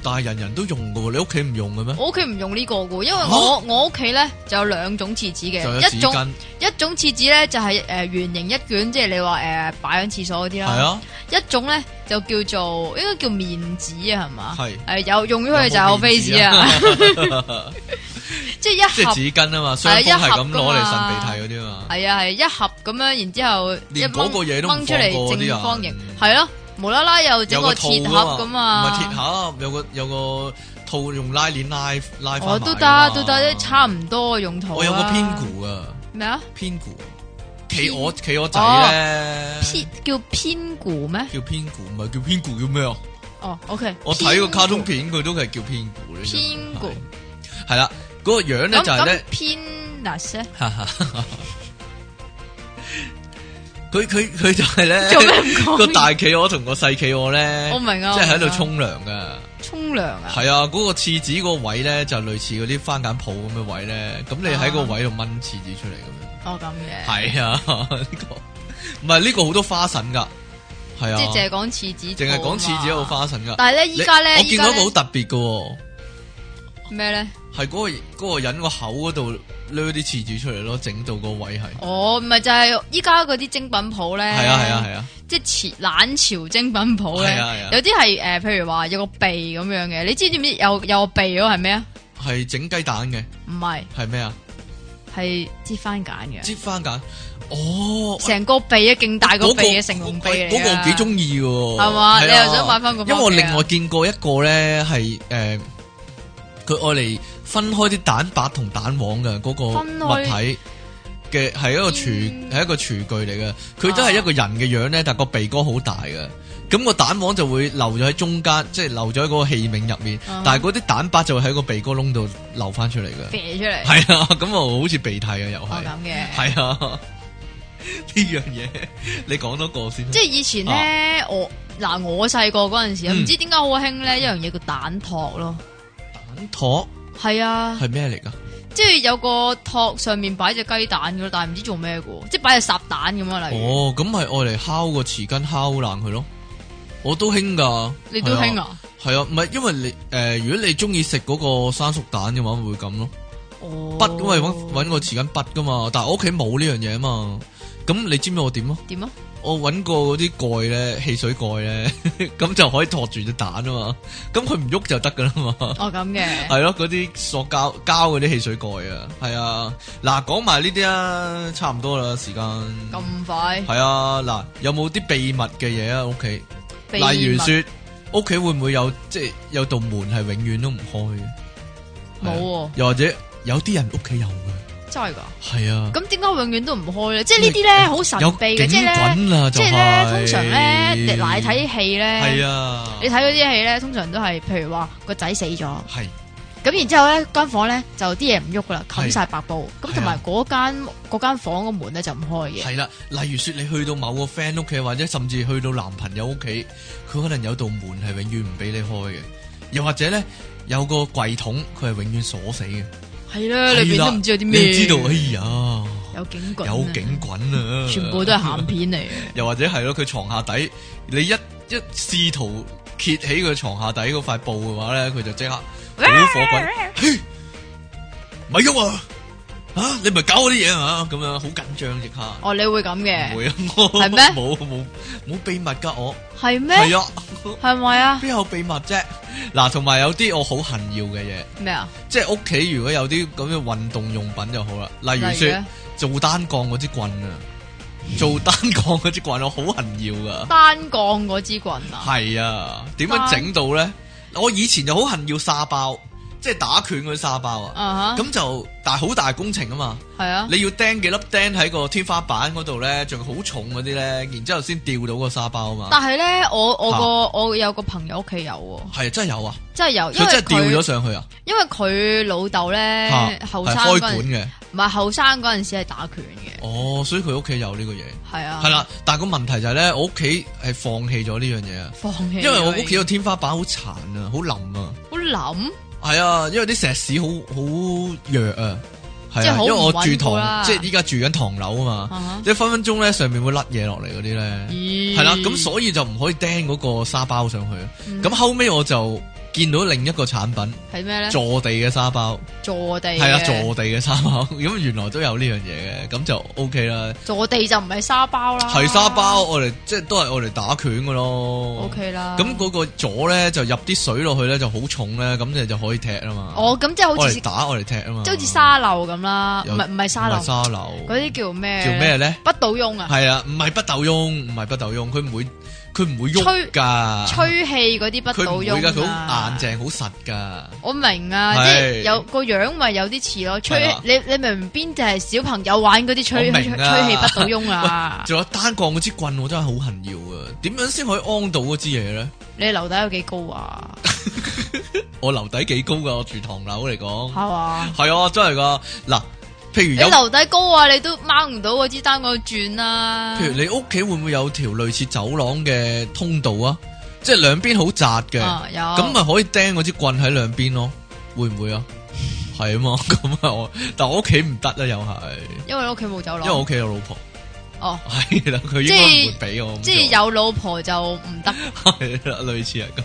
但係人人都用噶喎，你屋企唔用嘅咩？我屋企唔用呢個噶，因為嚇我我屋企咧就有兩種廁紙就有嘅，紙一種巾，一種廁紙咧就係誒圓形一卷，即係你話誒擺喺廁所嗰啲係啦，啊，一種咧就叫做應該叫面紙啊，係嘛？係誒有用咗佢就有 face 啊，啊，即係即一係盒紙巾啊嘛，雙係一方係盒咁㗎攞嚟嘛擤鼻涕嗰啲啊嘛，係啊係一盒咁樣，然之後一連嗰個嘢掹都唔掹放出過嗰嚟啲人正方形，係咯，無啦啦又整有個套鐵盒㗎咁唔係鐵啊，盒，有個有個套用拉鏈拉拉翻我埋哦都㗎嘛得都得，差唔多用途啊。我有個編鼓啊，咩啊？編鼓，企鵝企鵝仔咧。編叫編鼓咩？叫編鼓，唔係叫編鼓叫咩啊？哦，OK。我睇個卡通片，佢都係叫編鼓咧。編鼓係啦，嗰個樣咧咁就係咁咧，編嗱些 佢佢佢就係咧做咩唔講個大企鵝同個細企鵝咧，我明啊即係喺度我沖明啊涼噶。沖涼啊？係啊，嗰個廁紙個位咧就類似嗰啲番梘鋪咁嘅位咧，咁你喺個位度掹廁紙出嚟咁樣。 哦咁嘅，係啊，呢個唔係呢個好多花神噶，係啊，即係淨係講廁紙，淨係講廁紙有。花神噶。但係咧，依家咧，你我見到一個好依家特別嘅喎。咧咩咧？係嗰、個嗰個人個口嗰度掠啲廁紙出嚟咯，整到個位係。哦，咪就係依家嗰啲精品鋪咧，係啊係啊係啊，即係潮冷潮精品鋪咧係啊係啊，有啲係誒，譬如話有個鼻咁樣嘅，你知唔知有有個鼻嗰係咩啊？係整雞蛋嘅，唔係，係咩啊？係擠番梘嘅，擠番梘，哦，成個鼻啊，勁大個嗰鼻嘅成龍鼻嚟㗎嗰個我幾中意嘅喎，係嘛？你係啊又想買翻個？因為我另外見過一個咧係誒，佢愛嚟分開啲蛋白同蛋黃嘅嗰個分開物體。嘅係一個廚嗯係一個廚具嚟嘅，佢都係一個人嘅樣咧，但個鼻哥好大嘅，咁個蛋黃就會留咗喺中間，即係留咗喺嗰個器皿入面，啊但係嗰啲蛋白就會喺個鼻哥窿度流翻出嚟嘅，肥出嚟，係啊，咁啊好似鼻涕啊又哦係，咁嘅，係啊，樣嘢，你講多個先。即系以前咧，我嗱我细个嗰阵时，啊嗯唔知点解好兴咧一样嘢叫蛋托咯，蛋托系啊，係咩嚟噶？即系有个托上面摆只鸡蛋噶，但系唔知做咩噶，即系摆只烚蛋咁啊，例如哦，咁係愛嚟敲個匙羹敲爛佢咯。我都興噶，你都興啊？係啊，唔係因為你诶，如果你中意食嗰個生熟蛋嘅話，會咁咯。哦，筆咁係搵搵個匙羹筆噶嘛，但係我屋企冇呢樣嘢啊嘛。咁你知唔知我點啊？点啊？我揾過嗰啲蓋咧，汽水蓋咧， 咁就可以托住隻蛋啊嘛。咁佢唔喐就得噶啦嘛。哦咁嘅， 係咯，嗰啲塑膠膠嗰啲汽水蓋啊，係啊。嗱，講埋呢啲啊，差唔多啦，時間。咁快，係啊，嗱，有冇啲秘密嘅嘢啊？屋企，例如秘說，密屋企會唔會有即係有道門係永遠都唔開嘅？係冇啊喎又或者有啲人屋企有嘅，真系噶。係啊。咁點解永遠都唔開咧？即係呢啲咧好神有啊秘嘅，即係咧，滾啦，即係咧，通常咧，你嗱你睇戲系咧，啊，你睇嗰啲戲咧，通常都係譬如話個仔死咗，咁係然之後咧間房咧就啲嘢唔喐噶啦，係冚晒白布，咁同埋嗰間嗰間房個門咧就唔開嘅，係啦，例如说你去到某個 friend 屋企，或者甚至去到男朋友屋企，佢可能有道門係永遠唔俾你開嘅，又或者咧有個櫃桶佢係永遠鎖死嘅，係啦，裏邊係啦都唔知有啲咩，你知道哎呀，有警棍，有警，棍啊，全部都係鹹 片嚟嘅，又或者係咯，佢床下底，你一一試圖揭起佢床下底嗰塊布嘅話咧，佢就即刻好火滾， 嘿，咪喐啊！啊，你咪搞嗰啲嘢啊！咁樣好緊張即刻，哦，你會咁唔嘅，會啊，我係咩冇冇冇秘密噶我，係咩？係啊， 係咪啊？邊有秘密啫？嗱，同埋有啲我好恨要嘅嘢，咩啊？即係屋企如果有啲咁嘅運動用品就好啦，例如例如啊説咧做單槓嗰支棍啊，做單槓嗰支棍我好恨要噶。單槓嗰支棍啊，系啊，点样整到咧？我以前就好恨要沙包，即系打拳嗰啲沙包啊。啊哈，咁就但系好大工程啊嘛，係啊，你要钉几粒钉喺个天花板嗰度咧，仲要好重嗰啲咧，然之后先吊到个沙包啊嘛。但系咧，我我个我有个朋友屋企有喎，系真系有啊，真系有，因佢为真系吊咗佢上去啊，因为佢老豆吓咧后生係嗰开阵馆嘅。唔系后生嗰阵时系打拳嘅，哦，所以佢屋企有呢个嘢，系啊，系啦。但系个问题就系咧，我屋企系放弃咗呢样嘢啊，放弃，因为我屋企個天花板好残啊，好冧啊。好冧，系啊，因为啲石屎好好弱啊，系即係啊，好因为唔我住穩固啦唐，即系依家住緊唐樓啊嘛，啊即係分分鐘咧上面會甩嘢落嚟嗰啲咧，咦，係啦，咁所以就唔可以釘嗰個沙包上去。啊嗯咁後尾我就見到另一個產品，系咩咧？坐地嘅沙包，坐地係啊，嘅坐地嘅沙包， 咁原來都有呢樣嘢嘅，咁就 O K 啦。坐地就唔系沙包啦，係沙包，我哋即係都係我哋打拳嘅咯。 ，O K 啦，咁嗰個左咧就入啲水落去咧就好重咧，咁你就可以踢啊嘛。哦，咁即系好我似嚟打我嚟踢啊嘛，即係好似沙漏咁啦，有唔系唔系沙漏唔係，沙漏嗰啲叫咩？叫咩？咧？不倒翁啊，係啊，唔係不斗翁，唔係不斗翁，佢唔會佢唔會喐吹噶，吹氣嗰啲不啊佢倒唔翁會噶，佢啊好硬淨好實噶，我明啊，係即係有個樣咪有啲似咯，係吹啊你你明唔明邊就係小朋友玩嗰啲吹我吹明啊氣不倒翁啊？仲有單槓嗰支棍我真係好痕要啊！點樣先可以安到嗰支嘢咧？你樓底有幾高啊？我樓底幾高噶，我住唐樓嚟講，係嘛？係啊，真係噶嗱，譬如你有，樓底高啊，你都掹唔到嗰支單嗰度轉啦。譬如你屋企會唔會有條類似走廊嘅通道啊？即係兩邊好窄嘅。啊有咁咪可以釘嗰支棍喺兩邊咯，會唔會啊？係啊嘛， 咁啊我，但我屋企唔得啦，又係，因為你屋企冇走因為我廊屋企有老婆， 哦，係啦，佢應即該唔係會俾我咁做，即係有老婆就唔 得。係啦，類似係咁。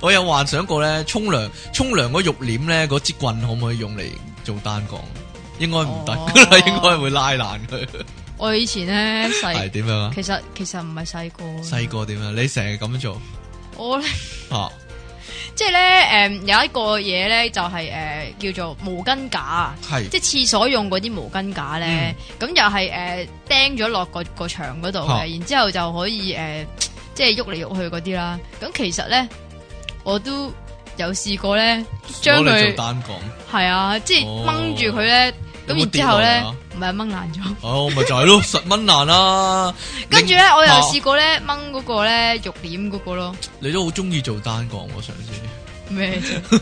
我有幻想過咧，沖涼沖涼嗰浴簾咧，嗰支棍可唔可以用嚟做單槓？應該唔得噶啦，哦 應該會拉爛佢。我以前咧係細，點樣啊？其實其實唔係細個，細個點啊樣？你成日咁做我咧啊？ 即係咧誒有一個嘢咧就係誒叫做毛巾架啊。係即係廁所用嗰啲毛巾架咧，咁、又係誒釘咗落個個牆嗰度嗯嚇嘅，然之後就可以誒、呃即係喐嚟喐去嗰啲啦。咁其實咧，我都有試過咧，將攞嚟做佢單槓。係啊，即係哦掹住佢咧，有冇咁然跌之落後嚟咧啊，唔係掹爛咗。哦，咪就係 咯，實蚊難啊啦。跟住咧，我又啊試過咧掹嗰個咧肉簾嗰個咯，你都好中意做單槓喎，上次。 咩啫？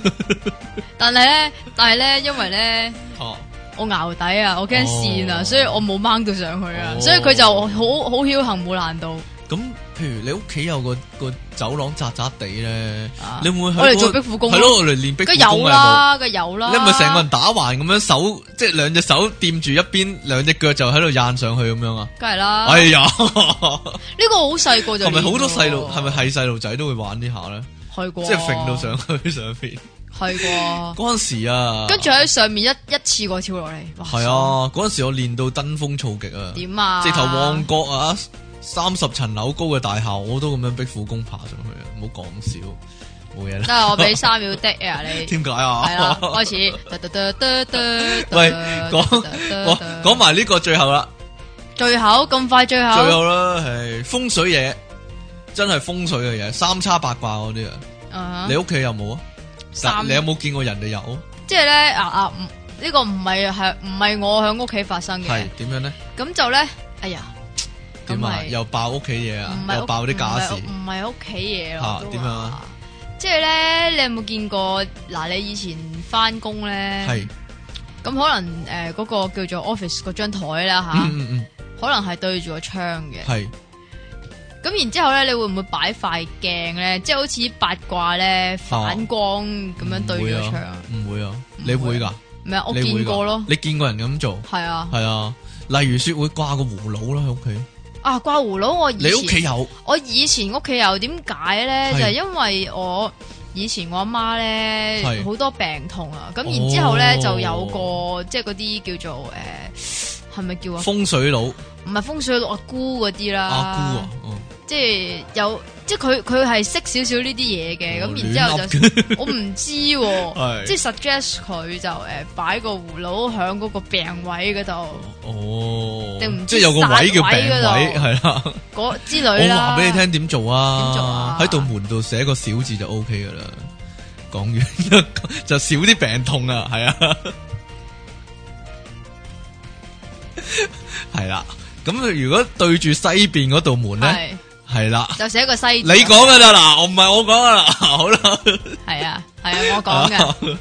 但係咧，但係咧，因為咧，哦，我淆底啊，我驚跣啊，哦所以我冇掹到上去啊哦，啊所以佢就好好僥倖冇爛到。咁譬如你屋企有個個走廊窄窄地咧，啊你會唔會我喺嚟嗰做壁虎功係咯咯，我嚟練壁佢虎有功啊！啦，佢有有啦。冇你係咪成個人打橫咁樣手，即係兩隻手掂住一邊，兩隻腳就喺度掗上去咁樣啊？梗係啦。哎呀，呢個好細個就係咪好練多喎細路？係咪係細路仔都會玩呢下咧？去過？即係揈到上去上 邊去 過，嗰陣時啊，跟住喺上面一一次過跳落嚟。哇係，啊，嗰陣時我練到登峰造極啊！點啊？直頭旺角啊，三十層樓高嘅大廈，我都咁樣逼苦工爬上去啊！唔好講笑，冇嘢啦。得我俾三秒的啊 你。點解係啦，啊？開 始。喂喂，講我講埋呢個最後啦，最後咁快，最最後後啦，係風水嘢，真係風水嘅嘢，三叉八卦嗰啲啊！啊你屋企有冇啊？三你有冇見過人哋有？即係咧啊啊，唔呢個唔係係唔係我喺屋企發生嘅係，點樣咧？咁就咧，哎呀，咁點啊？咪又爆屋企嘢啊唔？係又屋爆啲假事唔係屋唔係屋企嘢啊咯，點點樣啊啊？即係咧，你有冇見過嗱？你以前翻工咧，係咁可能誒嗰個叫做 office 嗰張台啦嗯吓，嗯嗯可能係對住個窗嘅。係咁然之後咧，你會唔會擺塊鏡咧？即係好似八卦咧反光咁樣對住啊個唔會牆啊，唔會啊？唔你會會噶？唔係我你會見㗎過咯，你見過人咁做？係啊系啊，例如说会挂个葫芦啦喺屋企，啊掛葫蘆我你屋以企前有我以前屋企有點解咧？係就係因為我以前我阿媽咧係好多病痛啊，咁哦然之後咧就有個即係嗰啲叫做誒係咪叫啊？風水佬唔係風水佬阿姑嗰啲啦，阿姑啊，哦即係有即係佢佢係識少少呢啲嘢嘅，哦咁然之亂後就噏嘅我唔知喎。 係即系 suggest 佢就诶摆個葫蘆喺嗰個病位嗰度，哦定，唔即係知有個位叫病殺位嗰位度係啦。嗰之類我啦。話俾你聽點做點做啊啊？喺道門度寫個小字就 O K 噶啦。講完 就少啲病痛啊，係啊，係啦。咁如果對住西邊嗰道門咧，係係啦，就寫個西字。你講噶啦嗱，我唔係我講噶啦， 好啦。係啊係啊，我講 嘅。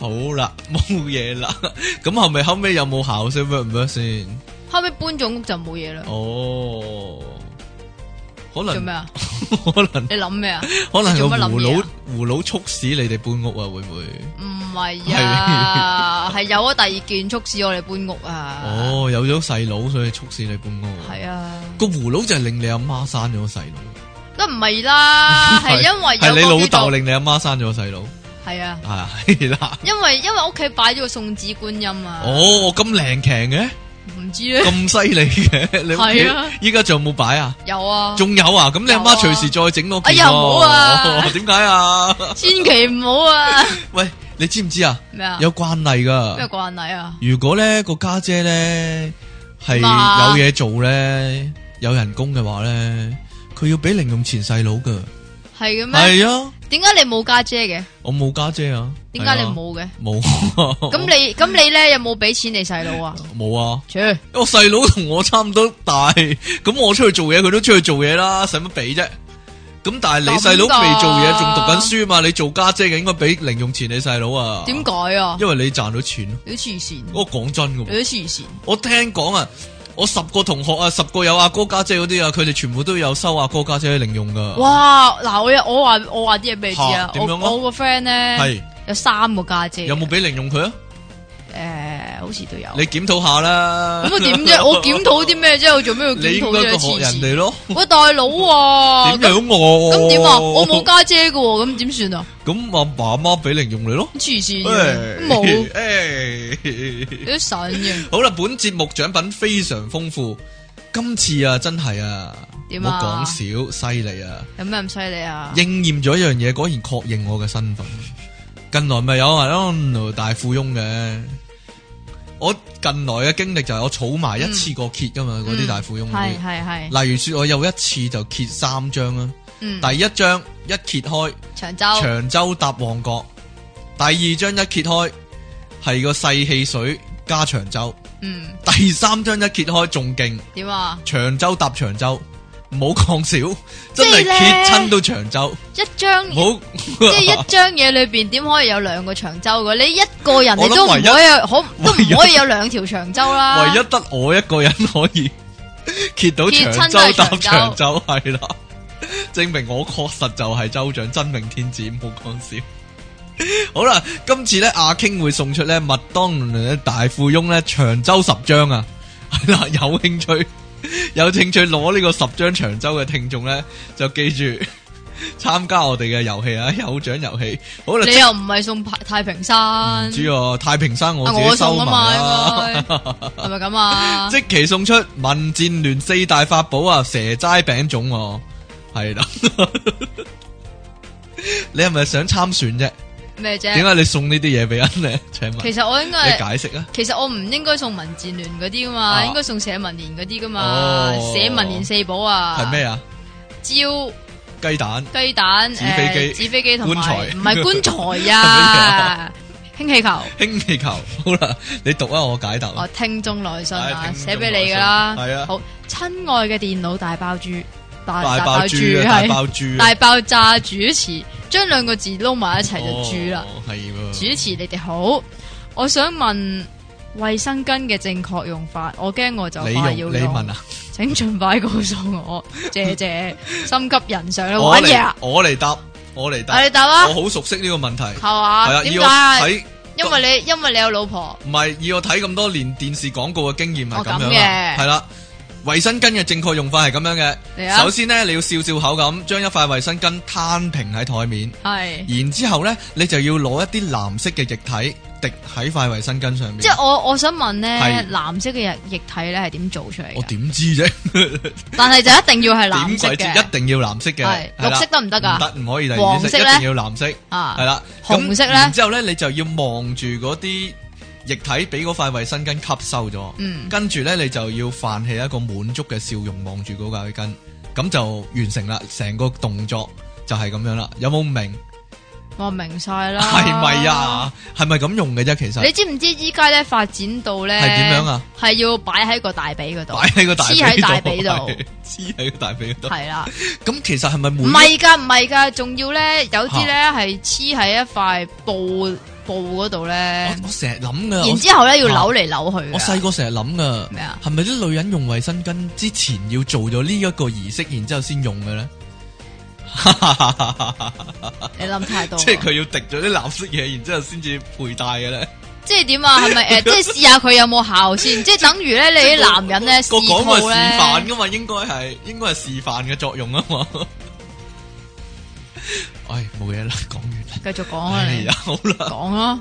好啦，冇嘢啦。咁後咪後尾有冇效先 work 唔 work 先？後尾搬咗屋就冇嘢啦。哦，可做咩能啊？ 可能你諗咩啊？可能你個做乜諗葫嘢蘆啊葫蘆促使你哋搬屋啊？會唔會？唔係 啊，係有咗第二件促使我哋搬屋啊。，哦，有咗細佬，所以促使你搬屋。係啊，個葫蘆就係令你阿媽生咗個細佬，都唔係啦， 啊係因為係你有個老叫豆做令你阿媽生咗個細佬，係啊，係啦。因為因為屋企擺咗個送子觀音啊。哦，咁靈強嘅，唔知啊咧，咁犀利 嘅，你係啊屋企依家仲有冇擺啊？有啊，仲有啊？咁你阿有啊媽隨時再整多件哎呀唔好啊喎？點 解啊？千祈唔好 啊。喂，你知唔知啊？咩啊？有慣例咩噶，慣例啊？如果咧個家姐咧係嘛有嘢做咧，有人工嘅話咧，佢要俾零用錢細佬噶。係嘅咩？係啊，點解你冇家姐嘅？我冇家姐啊。點解係你啊？冇嘅？冇啊咁哦你咁你咧有冇俾錢你細佬啊？ 冇啊？切，因為我細佬同我差唔多大，咁我出去做嘢，佢都出去做嘢啦，使乜俾啫？咁但係你細佬咁㗎未做嘢，仲讀緊書嘛？你做家姐嘅應該俾零用錢你細佬啊？點解啊？因為你賺到錢咯。你都黐線，我講真噶你，都黐線，我聽講啊，我十個同學啊，十個有阿哥家姐嗰啲啊，佢哋全部都有收阿哥家姐零用噶。哇！嗱，我有我話我話啲嘢俾你知啊嚇。點我樣啊我個 friend 咧係有三個家姐，有冇？俾零用佢啊？誒，好似都有。你檢討下啦。哦咁啊點 啫？我檢討啲咩啫？我做咩要你檢應討該啫？個學黐人線！哋咯。喂，大 佬啊！點咁樣我？咁點啊？哦我冇。家姐嘅喎，咁點算啊？ 咁阿爸阿媽俾零用你咯。黐線嘅，哎冇冇。 哎你都神嘅。好啦，本節目獎品非常豐富。今次啊，真係啊，點唔啊好講少，犀利啊！有咩咁犀利啊？應驗咗一樣嘢，果然確認我嘅身份。近來咪有人大富翁嘅，我近來嘅經歷就係我儲埋一次過揭噶嘛，嗰啲、嗯大富翁嗰係啲。係係，例如说，我有一次就揭三張啦，嗯，第一張一揭開長洲。長洲搭旺角，第二張一揭開係個細汽水加長洲，嗯，第三張一揭開仲勁，點啊？長洲搭長洲，唔好講少，真係即係呢揭親到長洲，一張唔好 即系一張嘢裏边點可以有兩個長洲嘅？你一個人我你諗都唔可唯一以有，可都唯一唔可以有兩條長洲啦。唯一得我一個人可以 揭到揭長親洲都係搭長長洲，係啦，證明我確實就係州長，真命天子，唔好講笑。 好啦，今次咧阿 King 會送出咧麥當勞大富翁咧長洲十張啊，係啦，有興趣有興趣攞呢個十張長洲嘅聽眾咧，就記住 參加我哋嘅遊戲啊，有獎遊戲。好啦，你又唔係送太平山，唔知啊，太平山我啊自己我收送啊埋嘛，啦。應該係咪咁 啊？即期送出民戰聯四大法寶啊，蛇齋餅種喎，係啦。 你係咪想參選啫？咩點啫？解你送呢啲嘢俾人咧？請問其實我應該你係，解釋啊？其實我唔應該送民建聯嗰啲噶啊嘛，應該送社民連嗰啲噶嘛哦。社民連四寶啊，係咩？啊？蕉、雞蛋雞蛋、紙飛機誒紙飛機同棺材埋唔係棺 材啊啊，氫氣球。氫氣球， 好啦，你讀啊，我解答啊。我聽眾來信係啊，聽眾寫俾你噶啦。來信係啊好，親愛嘅電腦大爆珠，大大爆珠啊，大係爆珠啊， 大爆炸主持，將兩個字撈埋一齊就豬啦。哦，係主喎。持你哋好，我想問衛生巾嘅正確用法，我驚我就快你要用你問啊？請盡快告訴 我，謝謝，心急人上啦，我玩嘢啊嚟！我嚟答，我嚟啊答你，答啊，我好熟悉呢個問題。係係嘛？啊，點要解我啊？睇因為你因為你有老婆，唔係以我睇咁多年電視廣告嘅經驗係哦咁咁樣啦，嘅係啦。衛生巾嘅正確用法係咁樣嚟嘅，啊首先呢，你要笑笑口咁將一塊衛生巾攤平喺台面，係然之後呢，你就要攞一啲藍色嘅液體滴喺塊衛生巾上面。即係我我想問咧係，藍色嘅液液體咧係點做出嚟我嘅？點知啫？但係就一定要係 點藍色鬼知？一嘅定要藍色嘅，係係啦綠色得唔得㗎唔得，唔可以第二黃隻色，色一呢定要藍色，係啊！啦。咁紅色呢然之後呢，你就要望住嗰啲液體俾嗰塊衛生巾吸收咗。嗯，跟住咧，你就要泛起一個滿足嘅笑容，望住嗰架巾，咁就完成啦。成個動作就係咁樣啦。有冇明？我明晒啦。係咪？啊？係咪咁用嘅啫？其實你知唔知依家咧發展到咧係點樣啊？係要擺喺個大髀嗰度擺，喺個大髀黐喺大髀度係 黐喺個大髀度。係啦，咁其實係咪每唔係㗎，唔係㗎，仲要咧有啲咧係黐喺一塊布布嗰度咧我，我成日諗噶，然我之後咧要扭嚟扭去㗎。我細個成日諗噶啊咩啊，係咪啲女人用衛生巾之前要做咗呢一個儀式，然之後先用嘅 咧？你諗太多，即係佢要滴咗啲藍色嘢，然之後先至佩戴嘅咧。即係點啊？係咪诶？誒即係試下佢有冇效先？即係等於咧，你啲男人咧個試廣套告係示範咧，噶嘛，應該係應該係示範嘅作用啊嘛。 唉，冇嘢啦，講完啦。繼續講啊哎你呀，。好啦，講啊，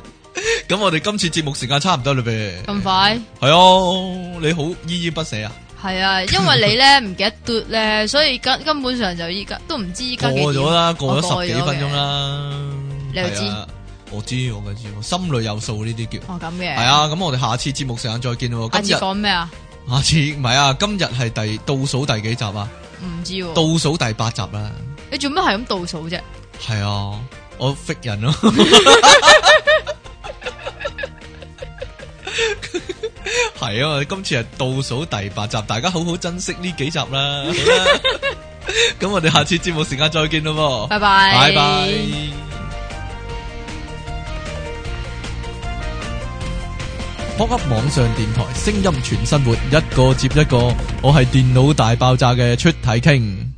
咁我哋今次節目時間差唔多啦噃。咁快係啊，你好依依不捨啊，係啊，因為你咧唔記得嘟咧，所以根根本上就依家都唔知依家過幾點咗啦，過我咗過咗十幾分鐘啦。嘅你又知係啊？我知，我梗知，我心裏有數呢啲叫。哦咁嘅，係，啊，咁我哋下次節目時間再見咯。下今日次講咩啊？下次唔係啊，今日係第倒數第幾集哦啊？唔知倒喎，數第八集啦。你做咩係咁倒數啫？係啊，我逼人咯。係啊，今次係倒數第八集，大家好好珍惜呢幾集啦。好 啦咁我哋下次節目時間再見咯喎，拜拜，拜拜。p o p Up 網上電台，聲音全生活，一個接一個。我係電腦大爆炸嘅出體傾。